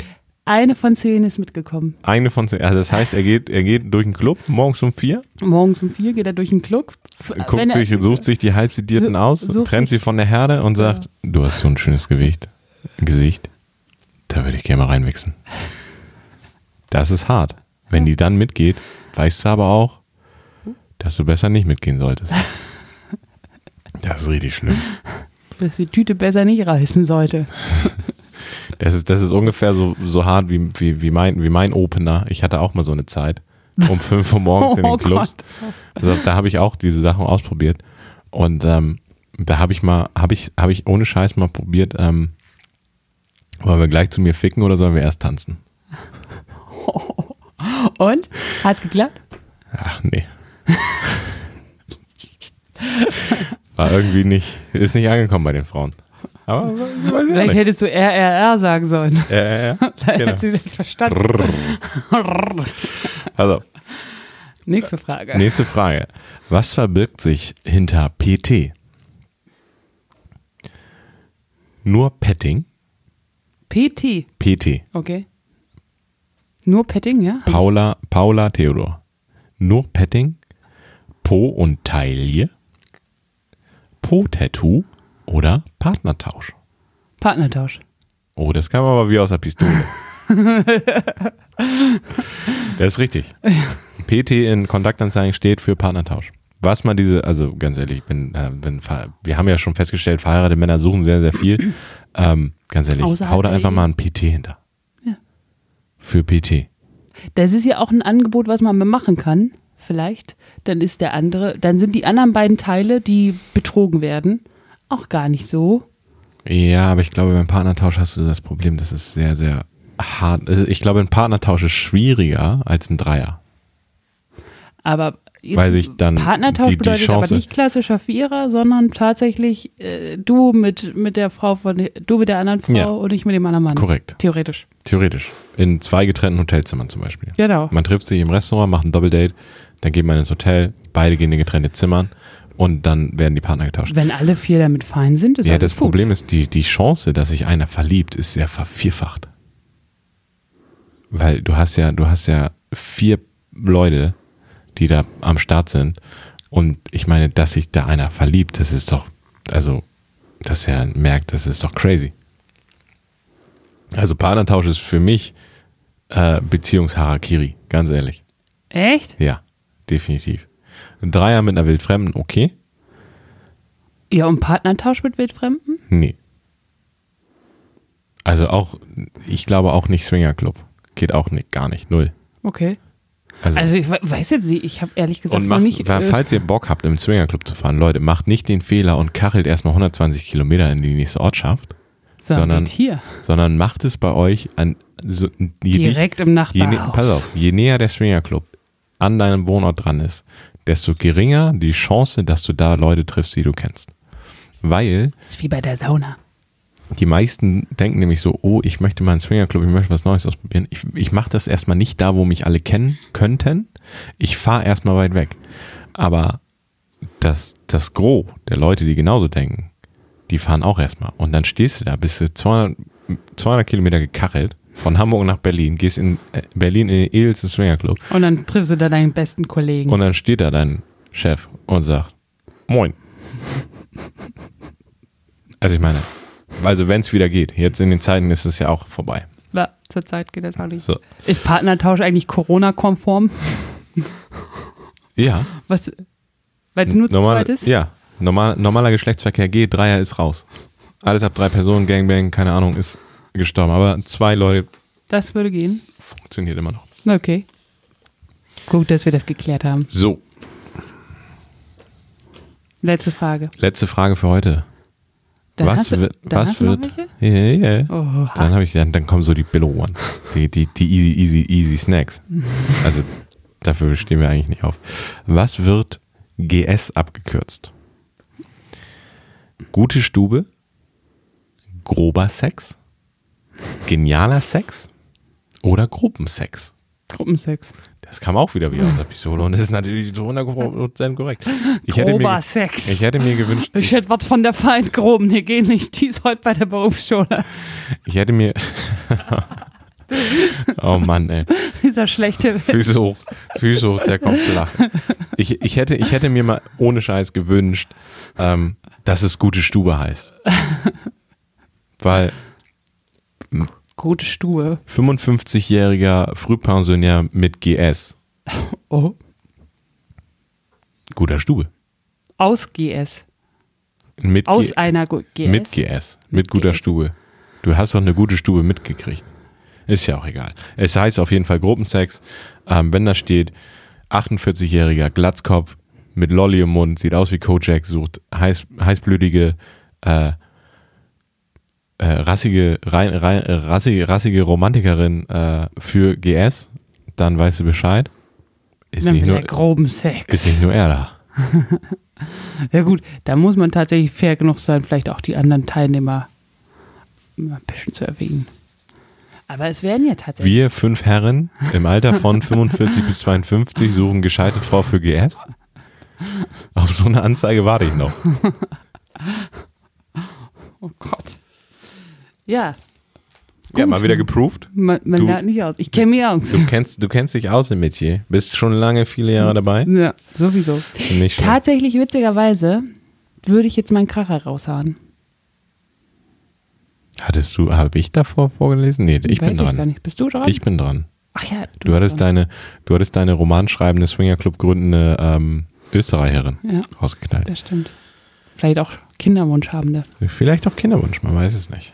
Eine von zehn ist mitgekommen. Eine von zehn, also das heißt, er geht, er geht durch den Club morgens um vier, Morgens um vier geht er durch den Club. f- wenn guckt er- sich, sucht sich die Halbsedierten Su- aus, sucht trennt sie sich- von der Herde und sagt, du hast so ein schönes Gewicht, Gesicht, da würde ich gerne mal reinwichsen. Das ist hart. Wenn die dann mitgeht, weißt du aber auch, dass du besser nicht mitgehen solltest. Das ist richtig schlimm. dass die Tüte besser nicht reißen sollte. Das ist, das ist ungefähr so, so hart wie, wie, wie, mein, wie mein Opener. Ich hatte auch mal so eine Zeit. Um 5 Uhr morgens in Oh den Clubs. Gott. Also, da habe ich auch diese Sachen ausprobiert. Und ähm, da habe ich mal, habe ich, habe ich ohne Scheiß mal probiert, ähm, wollen wir gleich zu mir ficken oder sollen wir erst tanzen? Und? Hat's geklappt? Ach nee. War irgendwie nicht, ist nicht angekommen bei den Frauen. Aber weiß ich auch Vielleicht nicht. hättest du RRR sagen sollen. Äh, Dann genau. hat sie das verstanden. Also, Nächste Frage. Nächste Frage. Was verbirgt sich hinter PT? Nur Petting? PT. PT. Okay. Nur Petting, ja? Paula, Paula Theodor. Nur Petting? Po und Taille? Po-Tattoo oder Partnertausch? Partnertausch. Oh, das kam aber wie aus der Pistole. das ist richtig. PT in Kontaktanzeigen steht für Partnertausch. Was man diese, also ganz ehrlich, ich bin, äh, bin, ver- wir haben ja schon festgestellt, verheiratete Männer suchen sehr, sehr viel. Ähm, ganz ehrlich, Außerhalb hau da der einfach Ehe. mal ein PT hinter. Ja. Für PT. Das ist ja auch ein Angebot, was man mal machen kann, vielleicht. Dann ist der andere, dann sind die anderen beiden Teile, die betrogen werden, auch gar nicht so. Ja, aber ich glaube, beim Partnertausch hast du das Problem, das ist sehr, sehr hart. Also Ich glaube, ein Partnertausch ist schwieriger als ein Dreier. Aber Weil sich dann Partnertausch die- die bedeutet Chance- aber nicht klassischer Vierer, sondern tatsächlich äh, du mit, mit der Frau von du mit der anderen Frau Ja. und ich mit dem anderen Mann. Korrekt. Theoretisch. Theoretisch. In zwei getrennten Hotelzimmern zum Beispiel. Genau. Man trifft sich im Restaurant, macht ein Doppeldate, dann geht man ins Hotel, beide gehen in getrennte Zimmern und dann werden die Partner getauscht. Wenn alle vier damit fein sind, ist ja, alles das gut. Problem ist, die, die Chance, dass sich einer verliebt, ist ja vervierfacht. Weil du hast ja, du hast ja vier Leute, die da am Start sind. Und ich meine, dass sich da einer verliebt, das ist doch, also, dass er merkt, das ist doch crazy. Also Partnertausch ist für mich äh, Beziehungsharakiri, ganz ehrlich. Echt? Ja, definitiv. Ein Dreier mit einer Wildfremden, okay. Ja, und Partnertausch mit Wildfremden? Nee. Also auch, ich glaube auch nicht Swingerclub. Geht auch nicht, gar nicht, null. Okay. Also ich we- weiß jetzt nicht, ich habe ehrlich gesagt und noch macht, nicht. wa- Äh, falls ihr Bock habt, im Swingerclub zu fahren, Leute, macht nicht den Fehler und kachelt erstmal 120 Kilometer in die nächste Ortschaft, sondern- sondern hier. sondern macht es bei euch an so, je Direkt im Je, nä- Nachbarhaus. pass auf, je näher der Swingerclub an deinem Wohnort dran ist, desto geringer die Chance, dass du da Leute triffst, die du kennst. Weil Ist wie bei der Sauna. die meisten denken nämlich so, oh, ich möchte mal einen Swingerclub, ich möchte was Neues ausprobieren. Ich, ich mache das erstmal nicht da, wo mich alle kennen könnten. Ich fahre erstmal weit weg. Aber das, das Gros der Leute, die genauso denken, die fahren auch erstmal. Und dann stehst du da, bist du 200, 200 Kilometer gekachelt von Hamburg nach Berlin, gehst in äh, Berlin in den edelsten Swingerclub Und dann triffst du da deinen besten Kollegen. und dann steht da dein Chef und sagt, moin. Also ich meine, also wenn es wieder geht, jetzt in den Zeiten ist es ja auch vorbei. ja, zurzeit geht das auch nicht. So. Ist Partnertausch eigentlich Corona-konform? Ja. Was? Weil es nur zu Normal, zweit ist? ja. Normal, normaler Geschlechtsverkehr geht, Dreier ist raus. Alles ab drei Personen, Gangbang, keine Ahnung, ist gestorben. Aber zwei Leute Das würde gehen. funktioniert immer noch. Okay. Gut, dass wir das geklärt haben. So, Letzte Frage. letzte Frage für heute. Dann was hast du, wird? dann was hast wird? Du noch welche? Oh. Yeah, yeah. Oha. Dann habe ich, dann, dann kommen so die Billow Ones. Die, die, die easy, easy, easy Snacks. Also dafür stehen wir eigentlich nicht auf. Was wird GS abgekürzt? Gute Stube, grober Sex, genialer Sex oder Gruppensex? Gruppensex. Das kam auch wieder wie aus der Pistole und das ist natürlich zu 100% korrekt. Ich hätte mir, Grober ge- Sex. ich hätte mir gewünscht, Ich hätte was von der Feind groben. Hier gehen nicht dies heute bei der Berufsschule. ich hätte mir... oh Mann, ey. Dieser schlechte Witz. Füße hoch, Füße hoch, der kommt flach. Ich, ich, hätte, ich hätte mir mal ohne Scheiß gewünscht, ähm, dass es gute Stube heißt. Weil Gute Stube. 55-jähriger Frühpensionär mit GS, Oh. guter Stube. Aus GS. Mit, Aus G einer Gu- GS. mit GS, mit guter GS. Stube. Du hast doch eine gute Stube mitgekriegt. Ist ja auch egal. Es heißt auf jeden Fall Gruppensex. Ähm, wenn da steht, 48-jähriger Glatzkopf mit Lolli im Mund, sieht aus wie Kojak, sucht heiß, heißblütige, äh, äh, rassige, rein, rein, äh, rassige, rassige Romantikerin äh, für GS, dann weißt du Bescheid. Ist Dann nicht, will nur, er groben ist Sex. nicht nur er da. Ja gut, da muss man tatsächlich fair genug sein, vielleicht auch die anderen Teilnehmer mal ein bisschen zu erwähnen. Aber es werden ja tatsächlich. Wir fünf Herren im Alter von 45 bis 52 suchen gescheite Frau für GS. Auf so eine Anzeige warte ich noch. Oh Gott. Ja, Ja, mal wieder geproved. man, man Du- lernt nicht aus. Ich kenne mich aus. Du kennst, du kennst dich aus im Metier. Bist schon lange, viele Jahre dabei. Ja, sowieso. Nicht schlecht. Tatsächlich, witzigerweise, würde ich jetzt meinen Kracher raushauen. Hattest du, habe ich davor vorgelesen? Nee, ich Weiß bin Ich gar dran. nicht. Bist du dran? Ich bin dran. Ach ja, Du bist hattest dran. deine, du hattest deine romanschreibende Swingerclub gründende ähm, Österreicherin Ja, rausgeknallt. das stimmt. Vielleicht auch ne? Kinderwunschhabende. Vielleicht auch Kinderwunsch, man weiß es nicht.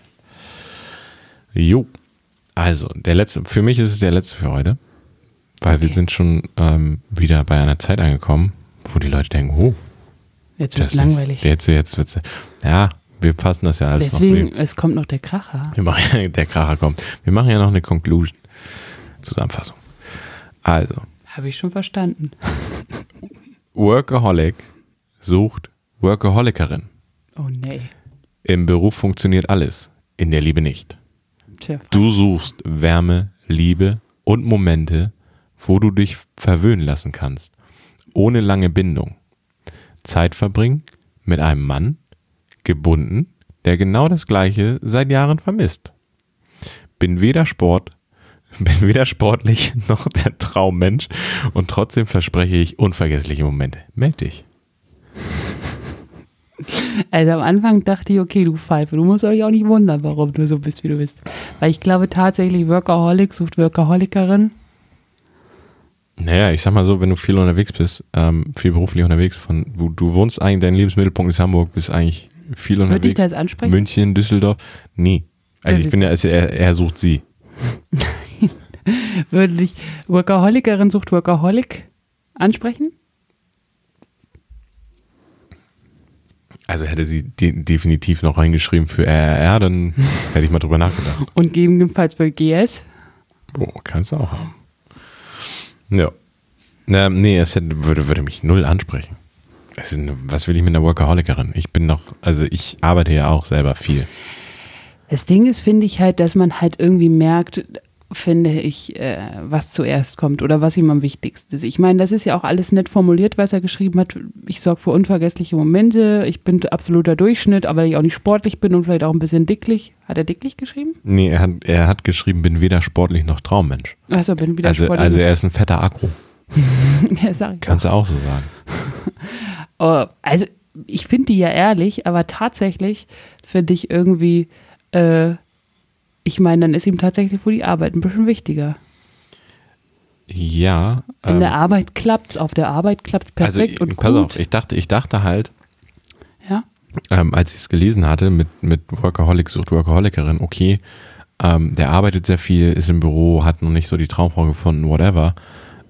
Jo. Also, der letzte, für mich ist es der letzte für heute. Weil wir Okay. sind schon ähm, wieder bei einer Zeit angekommen, wo die Leute denken, oh, Jetzt das wird's ist langweilig. Jetzt, jetzt wird's. Ja, wir passen das ja alles Deswegen, noch. es kommt noch der Kracher. Wir machen ja, der Kracher kommt. Wir machen ja noch eine Conclusion. Zusammenfassung. Also, Habe ich schon verstanden. Workaholic sucht Workaholikerin. Oh nee. Im Beruf funktioniert alles, in der Liebe nicht. Tja, Du suchst Wärme, Liebe und Momente, wo du dich verwöhnen lassen kannst, ohne lange Bindung. Zeit verbringen mit einem Mann, gebunden, der genau das Gleiche seit Jahren vermisst. Bin weder Sport, bin weder sportlich noch der Traummensch und trotzdem verspreche ich unvergessliche Momente. Meld dich. Also am Anfang dachte ich, okay, du Pfeife, du musst euch auch nicht wundern, warum du so bist, wie du bist. Weil ich glaube tatsächlich, Workaholic sucht Workaholikerin. Naja, ich sag mal so, wenn du viel unterwegs bist, ähm, viel beruflich unterwegs, von wo du wohnst eigentlich, dein Lebensmittelpunkt ist Hamburg, bist eigentlich viel unterwegs. Würde ich da jetzt ansprechen? München, Düsseldorf? Nee. Also Das ich bin ja, also er, er sucht sie. Würde ich Workaholikerin sucht Workaholic ansprechen? Also hätte sie de definitiv noch reingeschrieben für RRR, dann hätte ich mal drüber nachgedacht. Und gegebenenfalls für GS? Boah, kannst du auch haben. Ja. Ähm, nee, es hätte, würde, würde mich null ansprechen. Es ist eine, was will ich mit einer Workaholikerin? Ich bin noch, also ich arbeite ja auch selber viel. Das Ding ist, finde ich halt, dass man halt irgendwie merkt, finde ich, äh, was zuerst kommt oder was ihm am wichtigsten ist. Ich meine, das ist ja auch alles nett formuliert, was er geschrieben hat. Ich sorge für unvergessliche Momente, ich bin absoluter Durchschnitt, aber ich auch nicht sportlich bin und vielleicht auch ein bisschen dicklich. Hat er dicklich geschrieben? Nee, er hat, er hat geschrieben, bin weder sportlich noch Traummensch. Achso, bin wieder Also, sportlich. also er ist ein fetter Akro. ja, sag ich. Kannst du auch so sagen. Oh, also ich finde die ja ehrlich, aber tatsächlich finde ich irgendwie, äh, ich meine, dann ist ihm tatsächlich wohl die Arbeit ein bisschen wichtiger. Ja. ähm, In der Arbeit klappt's, auf der Arbeit klappt's also, perfekt und pass gut. auf, ich dachte, ich dachte halt, ja? ähm, als ich es gelesen hatte, mit, mit Workaholic sucht Workaholikerin, okay, ähm, der arbeitet sehr viel, ist im Büro, hat noch nicht so die Traumfrau gefunden, whatever.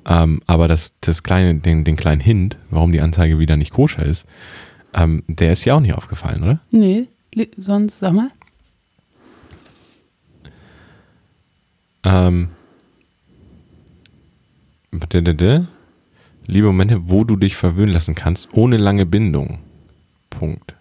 Ähm, aber das, das kleine, den, den kleinen Hint, warum die Anzeige wieder nicht koscher ist, ähm, der ist ja auch nicht aufgefallen, oder? Nee, li- sonst sag mal. Ähm, d- d- d- liebe Momente, wo du dich verwöhnen lassen kannst, ohne lange Bindung. Punkt.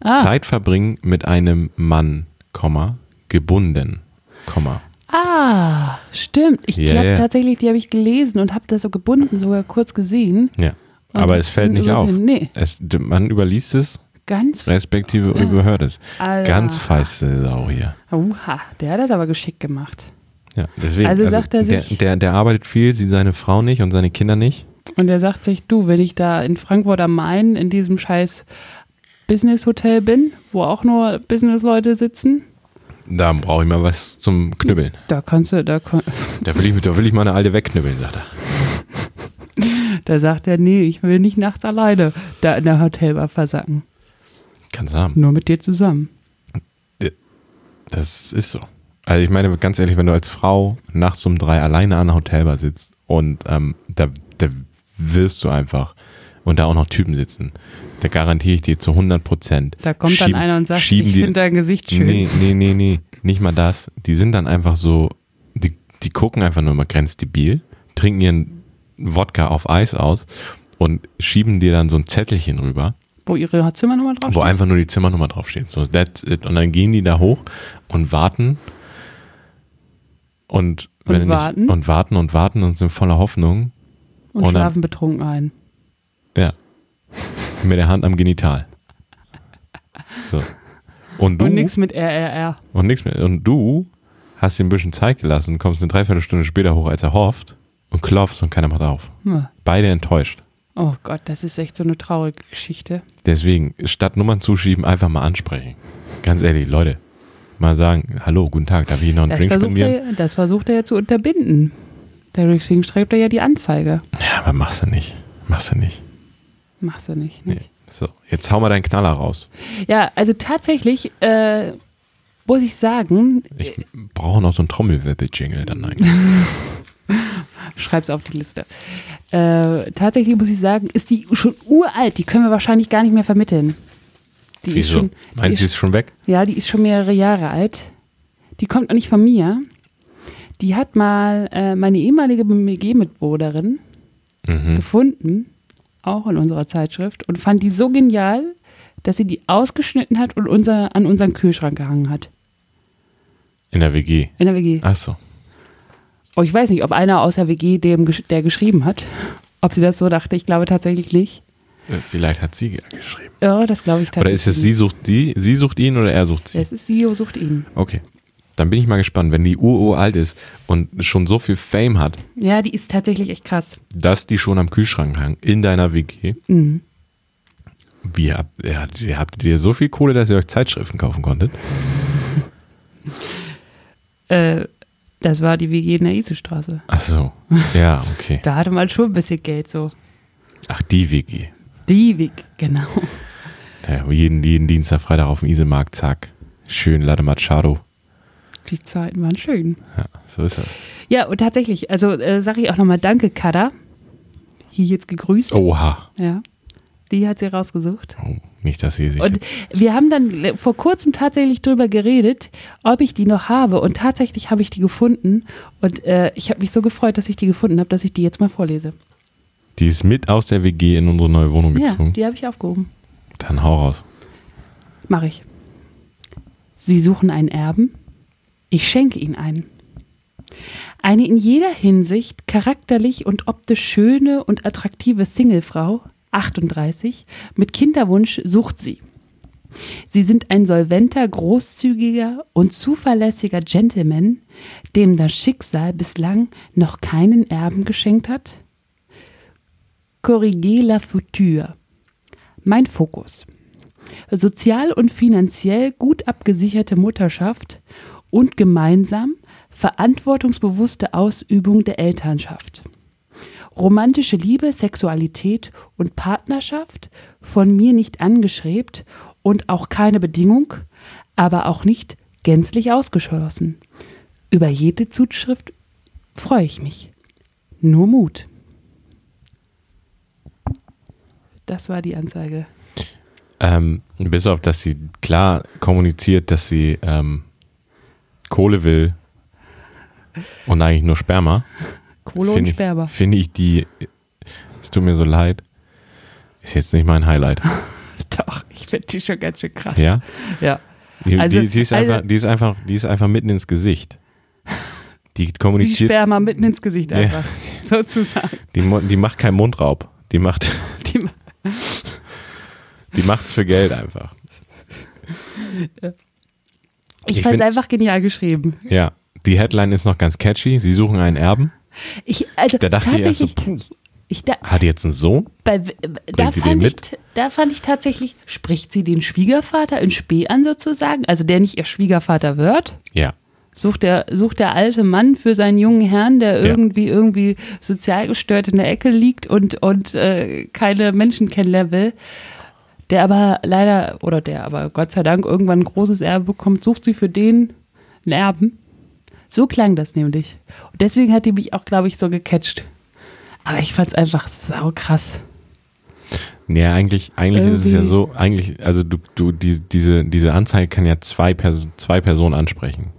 Ah, Zeit verbringen mit einem Mann, Komma, gebunden, Komma. ah stimmt. Ich Ja, glaube ja. tatsächlich, die habe ich gelesen und habe das so gebunden, sogar kurz gesehen. Ja. Und Aber das es fällt sind nicht immer auf. so- nee. Es, d- man überliest es, Ganz. respektive überhört es. Alter. Ganz feiste Sau hier. Uha, der hat das aber geschickt gemacht. Ja, deswegen, Also sagt er der, sich- der, der arbeitet viel, sieht seine Frau nicht und seine Kinder nicht. Und er sagt sich, du, wenn ich da in Frankfurt am Main in diesem scheiß Business-Hotel bin, wo auch nur Business-Leute sitzen, Da brauche ich mal was zum Knüppeln. da kannst du, da, kon- Da will ich, da will ich meine alte wegknüppeln, sagt er. da sagt er, nee, ich will nicht nachts alleine da in der Hotelbar versacken. Kannst haben. Nur mit dir zusammen. Das ist so. Also ich meine, ganz ehrlich, wenn du als Frau nachts um drei alleine an der Hotelbar sitzt und ähm, da, da wirst du einfach und da auch noch Typen sitzen, da garantiere ich dir zu 100 Prozent. Da kommt dann einer und sagt, schieben ich die- finde dein Gesicht schön. Nee, nee, nee, nee, nicht mal das. Die sind dann einfach so, die, die gucken einfach nur immer grenzdebil, trinken ihren Wodka auf Eis aus und schieben dir dann so ein Zettelchen rüber, Wo ihre Zimmernummer drauf wo einfach nur die Zimmernummer draufsteht. So, that's it. Und dann gehen die da hoch und warten. Und, Und nicht- warten? und warten und warten und sind voller Hoffnung. und und dann- schlafen betrunken ein. Ja. mit der Hand am Genital. So. Und du. Und nichts mit RRR. und nix mehr. Und du hast ihm ein bisschen Zeit gelassen, kommst eine Dreiviertelstunde später hoch, als er hofft, und klopfst und keiner macht auf. Hm. Beide enttäuscht. Oh Gott, das ist echt so eine traurige Geschichte. Deswegen, statt Nummern zuschieben, einfach mal ansprechen. Ganz ehrlich, Leute, mal sagen, hallo, guten Tag, darf ich Ihnen noch einen Das Drink versucht, spendieren? er, das versucht er ja zu unterbinden. Deswegen schreibt er ja die Anzeige. Ja, aber machst du nicht. Machst du nicht. Machst du nicht, ne? Nee. So, jetzt hau mal deinen Knaller raus. Ja, also tatsächlich äh, muss ich sagen, Ich brauche noch so einen Trommelwirbel-Jingle Hm. dann eigentlich. schreib's auf die Liste. Äh, tatsächlich muss ich sagen, ist die schon uralt. Die können wir wahrscheinlich gar nicht mehr vermitteln. Die ist Wieso? schon, die Meinst du, ist, sie ist schon weg? Ja, die ist schon mehrere Jahre alt. Die kommt auch nicht von mir. Die hat mal äh, meine ehemalige BMG-Mitwohnerin Mhm. gefunden, auch in unserer Zeitschrift, und fand die so genial, dass sie die ausgeschnitten hat und unser, an unseren Kühlschrank gehangen hat. In der WG. In der WG. Ach so. Oh, ich weiß nicht, ob einer aus der WG, dem, gesch- der geschrieben hat, ob sie das so dachte. Ich glaube tatsächlich nicht. Äh, Vielleicht hat sie geschrieben. Ja, das glaube ich Oder tatsächlich. ist es sie sucht die, sie sucht ihn oder er sucht sie? Es ist sie, sucht ihn. Okay. Dann bin ich mal gespannt, wenn die Uhr alt ist und schon so viel Fame hat, Ja, die ist tatsächlich echt krass. dass die schon am Kühlschrank hang, in deiner WG. Mhm. Wie habt, ja, ihr habt ihr so viel Kohle, dass ihr euch Zeitschriften kaufen konntet? Äh, Das war die WG in der Isestraße. Ach so. Ja, okay. Da hatte man schon ein bisschen Geld so. Ach, die WG. Die WG, genau. Ja, jeden, jeden Dienstag, Freitag auf dem Isemarkt, zack. Schön Latte Machado. Die Zeiten waren schön. Ja, so ist das. Ja, und tatsächlich, also äh, sage ich auch nochmal Danke, Kada. Hier jetzt gegrüßt. Oha. Ja. Die hat sie rausgesucht. Oh, nicht, dass sie sich. Und wir haben dann äh, vor kurzem tatsächlich drüber geredet, ob ich die noch habe. Und tatsächlich habe ich die gefunden. Und äh, ich habe mich so gefreut, dass ich die gefunden habe, dass ich die jetzt mal vorlese. die ist mit aus der WG in unsere neue Wohnung Ja, gezogen. die habe ich aufgehoben. Dann hau raus. Mache ich. Sie suchen einen Erben? Ich schenke Ihnen einen. Eine in jeder Hinsicht charakterlich und optisch schöne und attraktive Singlefrau, 38, mit Kinderwunsch sucht sie. Sie sind ein solventer, großzügiger und zuverlässiger Gentleman, dem das Schicksal bislang noch keinen Erben geschenkt hat? Corrigez la future. Mein Fokus sozial und finanziell gut abgesicherte Mutterschaft und gemeinsam verantwortungsbewusste Ausübung der Elternschaft. Romantische Liebe, Sexualität und Partnerschaft von mir nicht angeschrebt und auch keine Bedingung, aber auch nicht gänzlich ausgeschlossen. Über jede Zuschrift freue ich mich. Nur Mut. Das war die Anzeige. Ähm, bis auf, dass sie klar kommuniziert, dass sie ähm, Kohle will und eigentlich nur Sperma. Kohle und Finde ich- Sperber. Finde ich die, es tut mir so leid, ist jetzt nicht mein Highlight. Doch, ich finde die schon ganz schön krass. Ja? Ja. Die, Also- die, die, ist also- einfach, die, ist einfach, die ist einfach mitten ins Gesicht. Die Die kommuniziert, Sperma mitten ins Gesicht Ja. einfach, sozusagen. die, mo- die macht keinen Mundraub. Die macht Die, die macht's für Geld einfach. ich Ich fand es find- einfach genial geschrieben. Ja, die Headline ist noch ganz catchy. Sie suchen einen Erben. Ich, also Da dachte ich erst so, tatsächlich, puh, ich da, hat die jetzt einen Sohn? bei, da, die den fand ich, mit? t- da fand ich tatsächlich, spricht sie den Schwiegervater in Spee an sozusagen, also der nicht ihr Schwiegervater wird? Ja. Sucht der, sucht der alte Mann für seinen jungen Herrn, der Ja. irgendwie irgendwie sozial gestört in der Ecke liegt und, und äh, keine Menschen kennenlernen will, der aber leider, oder der aber Gott sei Dank irgendwann ein großes Erbe bekommt, sucht sie für den einen Erben. So klang das nämlich. Und deswegen hat die mich auch, glaube ich, so gecatcht. Aber ich fand es einfach saukrass. Nee, eigentlich, eigentlich ist es ja Irgendwie- so, eigentlich, also du, du, die, diese, diese Anzeige kann ja zwei, Pers zwei Personen ansprechen.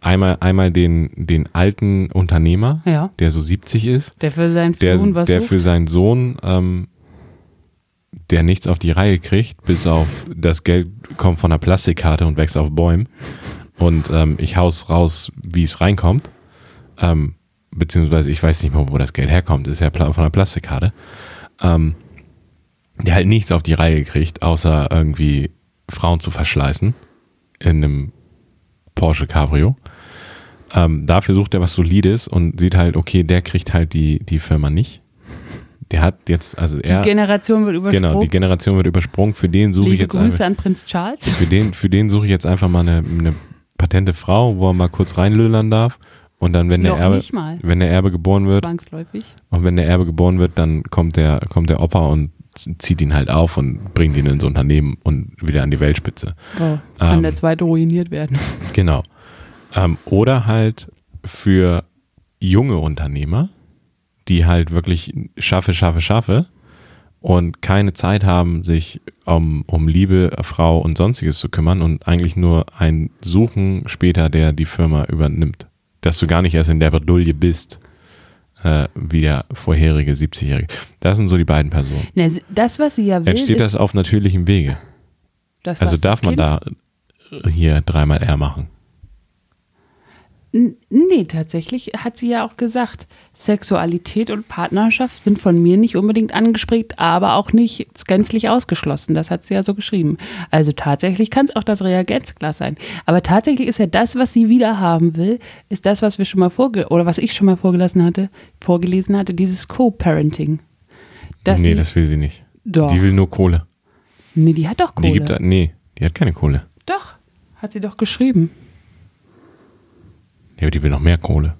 Einmal, einmal den, den alten Unternehmer, Ja. der so 70 ist, Der für seinen der, Sohn was der sucht. für seinen Sohn, ähm, der nichts auf die Reihe kriegt, bis auf das Geld kommt von der Plastikkarte und wächst auf Bäumen. Und ähm, ich haus raus, wie es reinkommt. Ähm, beziehungsweise ich weiß nicht mal, wo das Geld herkommt, ist ja pla- von der Plastikkarte. Ähm, der halt nichts auf die Reihe kriegt, außer irgendwie Frauen zu verschleißen in einem Porsche Cabrio. Ähm, dafür sucht er was Solides und sieht halt, okay, der kriegt halt die, die Firma nicht. Der hat jetzt, also die er. Generation wird übersprungen. Genau, die Generation wird übersprungen. Für den suche ich Liebe jetzt Grüße einfach, an Prinz Charles. für den, für den suche ich jetzt einfach mal eine, eine patente Frau, wo er mal kurz reinlöllern darf. Und dann, wenn der Noch Erbe, nicht mal. wenn der Erbe geboren wird, Zwangsläufig. und wenn der Erbe geboren wird, dann kommt der, kommt der Opa und z- zieht ihn halt auf und bringt ihn ins Unternehmen und wieder an die Weltspitze. Oh, kann Ähm, der zweite ruiniert werden. Genau. Ähm, oder halt für junge Unternehmer, die halt wirklich schaffe, schaffe, schaffe und keine Zeit haben, sich um, um Liebe, Frau und sonstiges zu kümmern und eigentlich nur ein Suchen später, der die Firma übernimmt. Dass du gar nicht erst in der Bredouille bist, äh, wie der vorherige 70-Jährige. Das sind so die beiden Personen. Ne, sie- das, was sie ja will, Entsteht ist, das auf natürlichem Wege? das Also was darf man das kind, da äh, hier dreimal R machen? N- Nee, tatsächlich hat sie ja auch gesagt, Sexualität und Partnerschaft sind von mir nicht unbedingt angesprägt, aber auch nicht gänzlich ausgeschlossen. Das hat sie ja so geschrieben. Also tatsächlich kann es auch das Reagenzglas sein. Aber tatsächlich ist ja das, was sie wieder haben will, ist das, was wir schon mal vorge oder was ich schon mal vorgelassen hatte, vorgelesen hatte, dieses Co-Parenting. Dass nee, sie, das will sie nicht. Doch. Die will nur Kohle. nee, die hat doch Kohle. Die gibt da- nee, die hat keine Kohle. doch, hat sie doch geschrieben. Ja, Ja, aber die will noch mehr Kohle.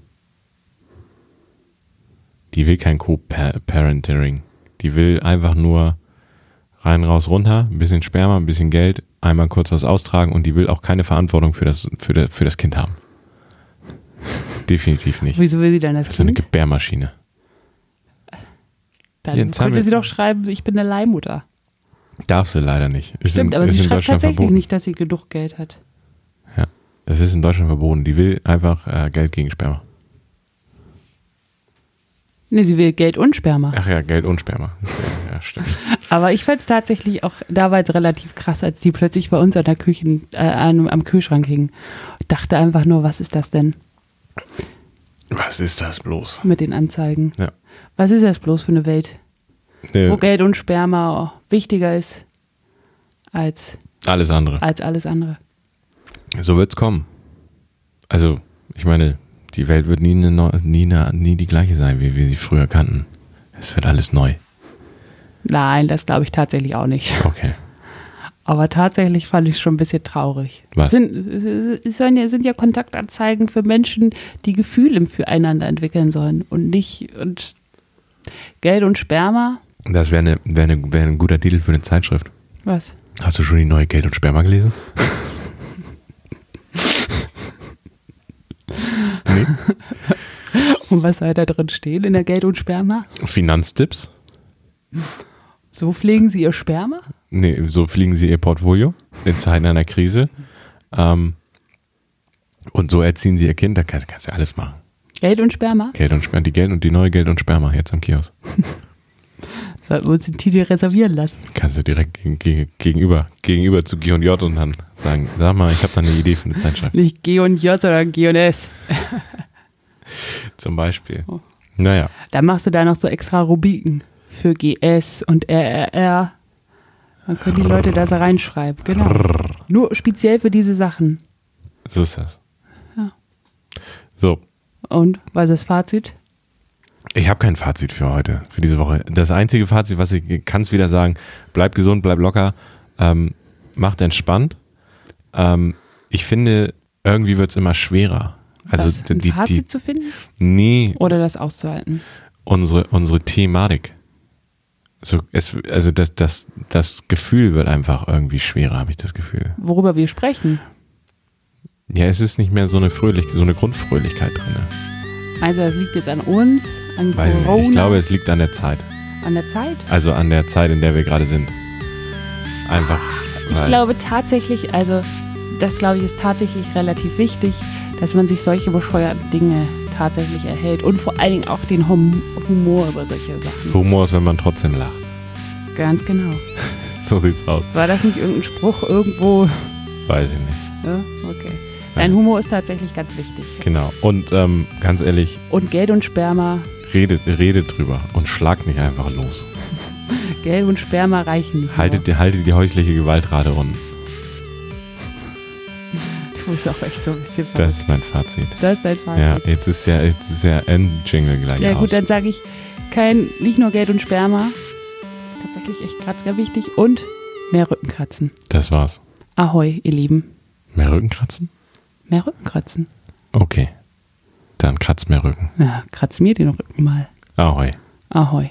Die will kein Co-Parenting. Die will einfach nur rein, raus, runter, ein bisschen Sperma, ein bisschen Geld, einmal kurz was austragen und die will auch keine Verantwortung für das, für das, für das Kind haben. Definitiv nicht. Wieso will sie denn das, Das ist eine Kind? Gebärmaschine. Dann Jetzt haben könnte wir- sie doch schreiben, ich bin eine Leihmutter. Darf sie leider nicht. Ist Stimmt, in, aber ist sie in schreibt Deutschland tatsächlich verboten. nicht, dass sie genug Geld hat. Das ist in Deutschland verboten. Die will einfach äh, Geld gegen Sperma. Nee, sie will Geld und Sperma. Ach ja, Geld und Sperma. Ja, stimmt. Aber ich fand es tatsächlich auch damals relativ krass, als die plötzlich bei uns an der Küchen, äh, an, am Kühlschrank hingen. Ich dachte einfach nur, was ist das denn Was ist das bloß? mit den Anzeigen? Ja. Was ist das bloß für eine Welt, Äh, wo Geld und Sperma wichtiger ist als, Alles andere. als alles andere? So wird's kommen. Also, ich meine, die Welt wird nie, eine, neu- nie, eine, nie die gleiche sein, wie wir sie früher kannten. Es wird alles neu. Nein, das glaube ich tatsächlich auch nicht. Okay. Aber tatsächlich fand ich es schon ein bisschen traurig. Was? Sind, es- es- es sollen ja, sind ja Kontaktanzeigen für Menschen, die Gefühle füreinander entwickeln sollen und nicht und Geld und Sperma. Das wäre eine, wär eine, wär ein guter Titel für eine Zeitschrift. Was? Hast du schon die neue Geld und Sperma gelesen? Und was soll da drin stehen in der Geld und Sperma? Finanztipps? So pflegen sie ihr Sperma? Nee, so fliegen sie ihr Portfolio in Zeiten einer Krise. Ähm, und so erziehen sie ihr Kind. Da kannst, kannst du alles machen. Geld und Sperma? Geld und Sperma, die Geld und die neue Geld und Sperma jetzt am Kiosk. Sollten wir uns den Titel reservieren lassen. Kannst du direkt gegen, gegen, gegenüber, gegenüber zu G&J und dann sagen, sag mal, ich habe da eine Idee für eine Zeitschrift. Nicht G und J, sondern G und S. Zum Beispiel. Oh. Naja, Dann machst du da noch so extra Rubiken für GS und RRR. Dann können die Leute das reinschreiben. Genau. Nur speziell für diese Sachen. so ist das. Ja. So, Und was ist das Fazit? ich habe kein Fazit für heute, für diese Woche. Das einzige Fazit, was ich kann es wieder sagen, bleibt gesund, bleibt locker, ähm, macht entspannt. Ähm, ich finde, irgendwie wird es immer schwerer. Also was, ein die, Fazit die, zu finden nee, oder das auszuhalten? unsere, unsere Thematik. So, es, also das, das, das Gefühl wird einfach irgendwie schwerer, habe ich das Gefühl. Worüber wir sprechen? Ja, es ist nicht mehr so eine Fröhlich, so eine Grundfröhlichkeit drin. ne? Also das liegt jetzt an uns, an Weiß ich Corona, nicht. Ich glaube, es liegt an der Zeit. an der Zeit. Also an der Zeit, in der wir gerade sind. Einfach. Ich weil- glaube tatsächlich, also das glaube ich ist tatsächlich relativ wichtig, dass man sich solche bescheuerten Dinge tatsächlich erhält und vor allen Dingen auch den Hum Humor über solche Sachen. Humor ist, wenn man trotzdem lacht. Ganz genau. So sieht's aus. War das nicht irgendein Spruch irgendwo? Weiß ich nicht. Ja, okay. Dein Ja. Humor ist tatsächlich ganz wichtig. Genau. Und ähm, ganz ehrlich, Und Geld und Sperma, redet, redet drüber und schlagt nicht einfach los. Geld und Sperma reichen nicht. ne? Haltet, mehr. die- haltet die häusliche Gewalt gerade unten. Du bist auch echt so ein bisschen Das verrückt. ist mein Fazit. Das ist dein Fazit. Ja, jetzt ist ja, jetzt ist ja Endjingle gleich Ja aus. gut, dann sage ich kein, nicht nur Geld und Sperma. Das ist tatsächlich echt gerade sehr wichtig. Und mehr Rückenkratzen. das war's. Ahoi, ihr Lieben. Mehr Rückenkratzen? Mehr Rückenkratzen. Okay. Dann kratzt mehr Rücken. Na, kratz mir den Rücken mal. Ahoi. Ahoi.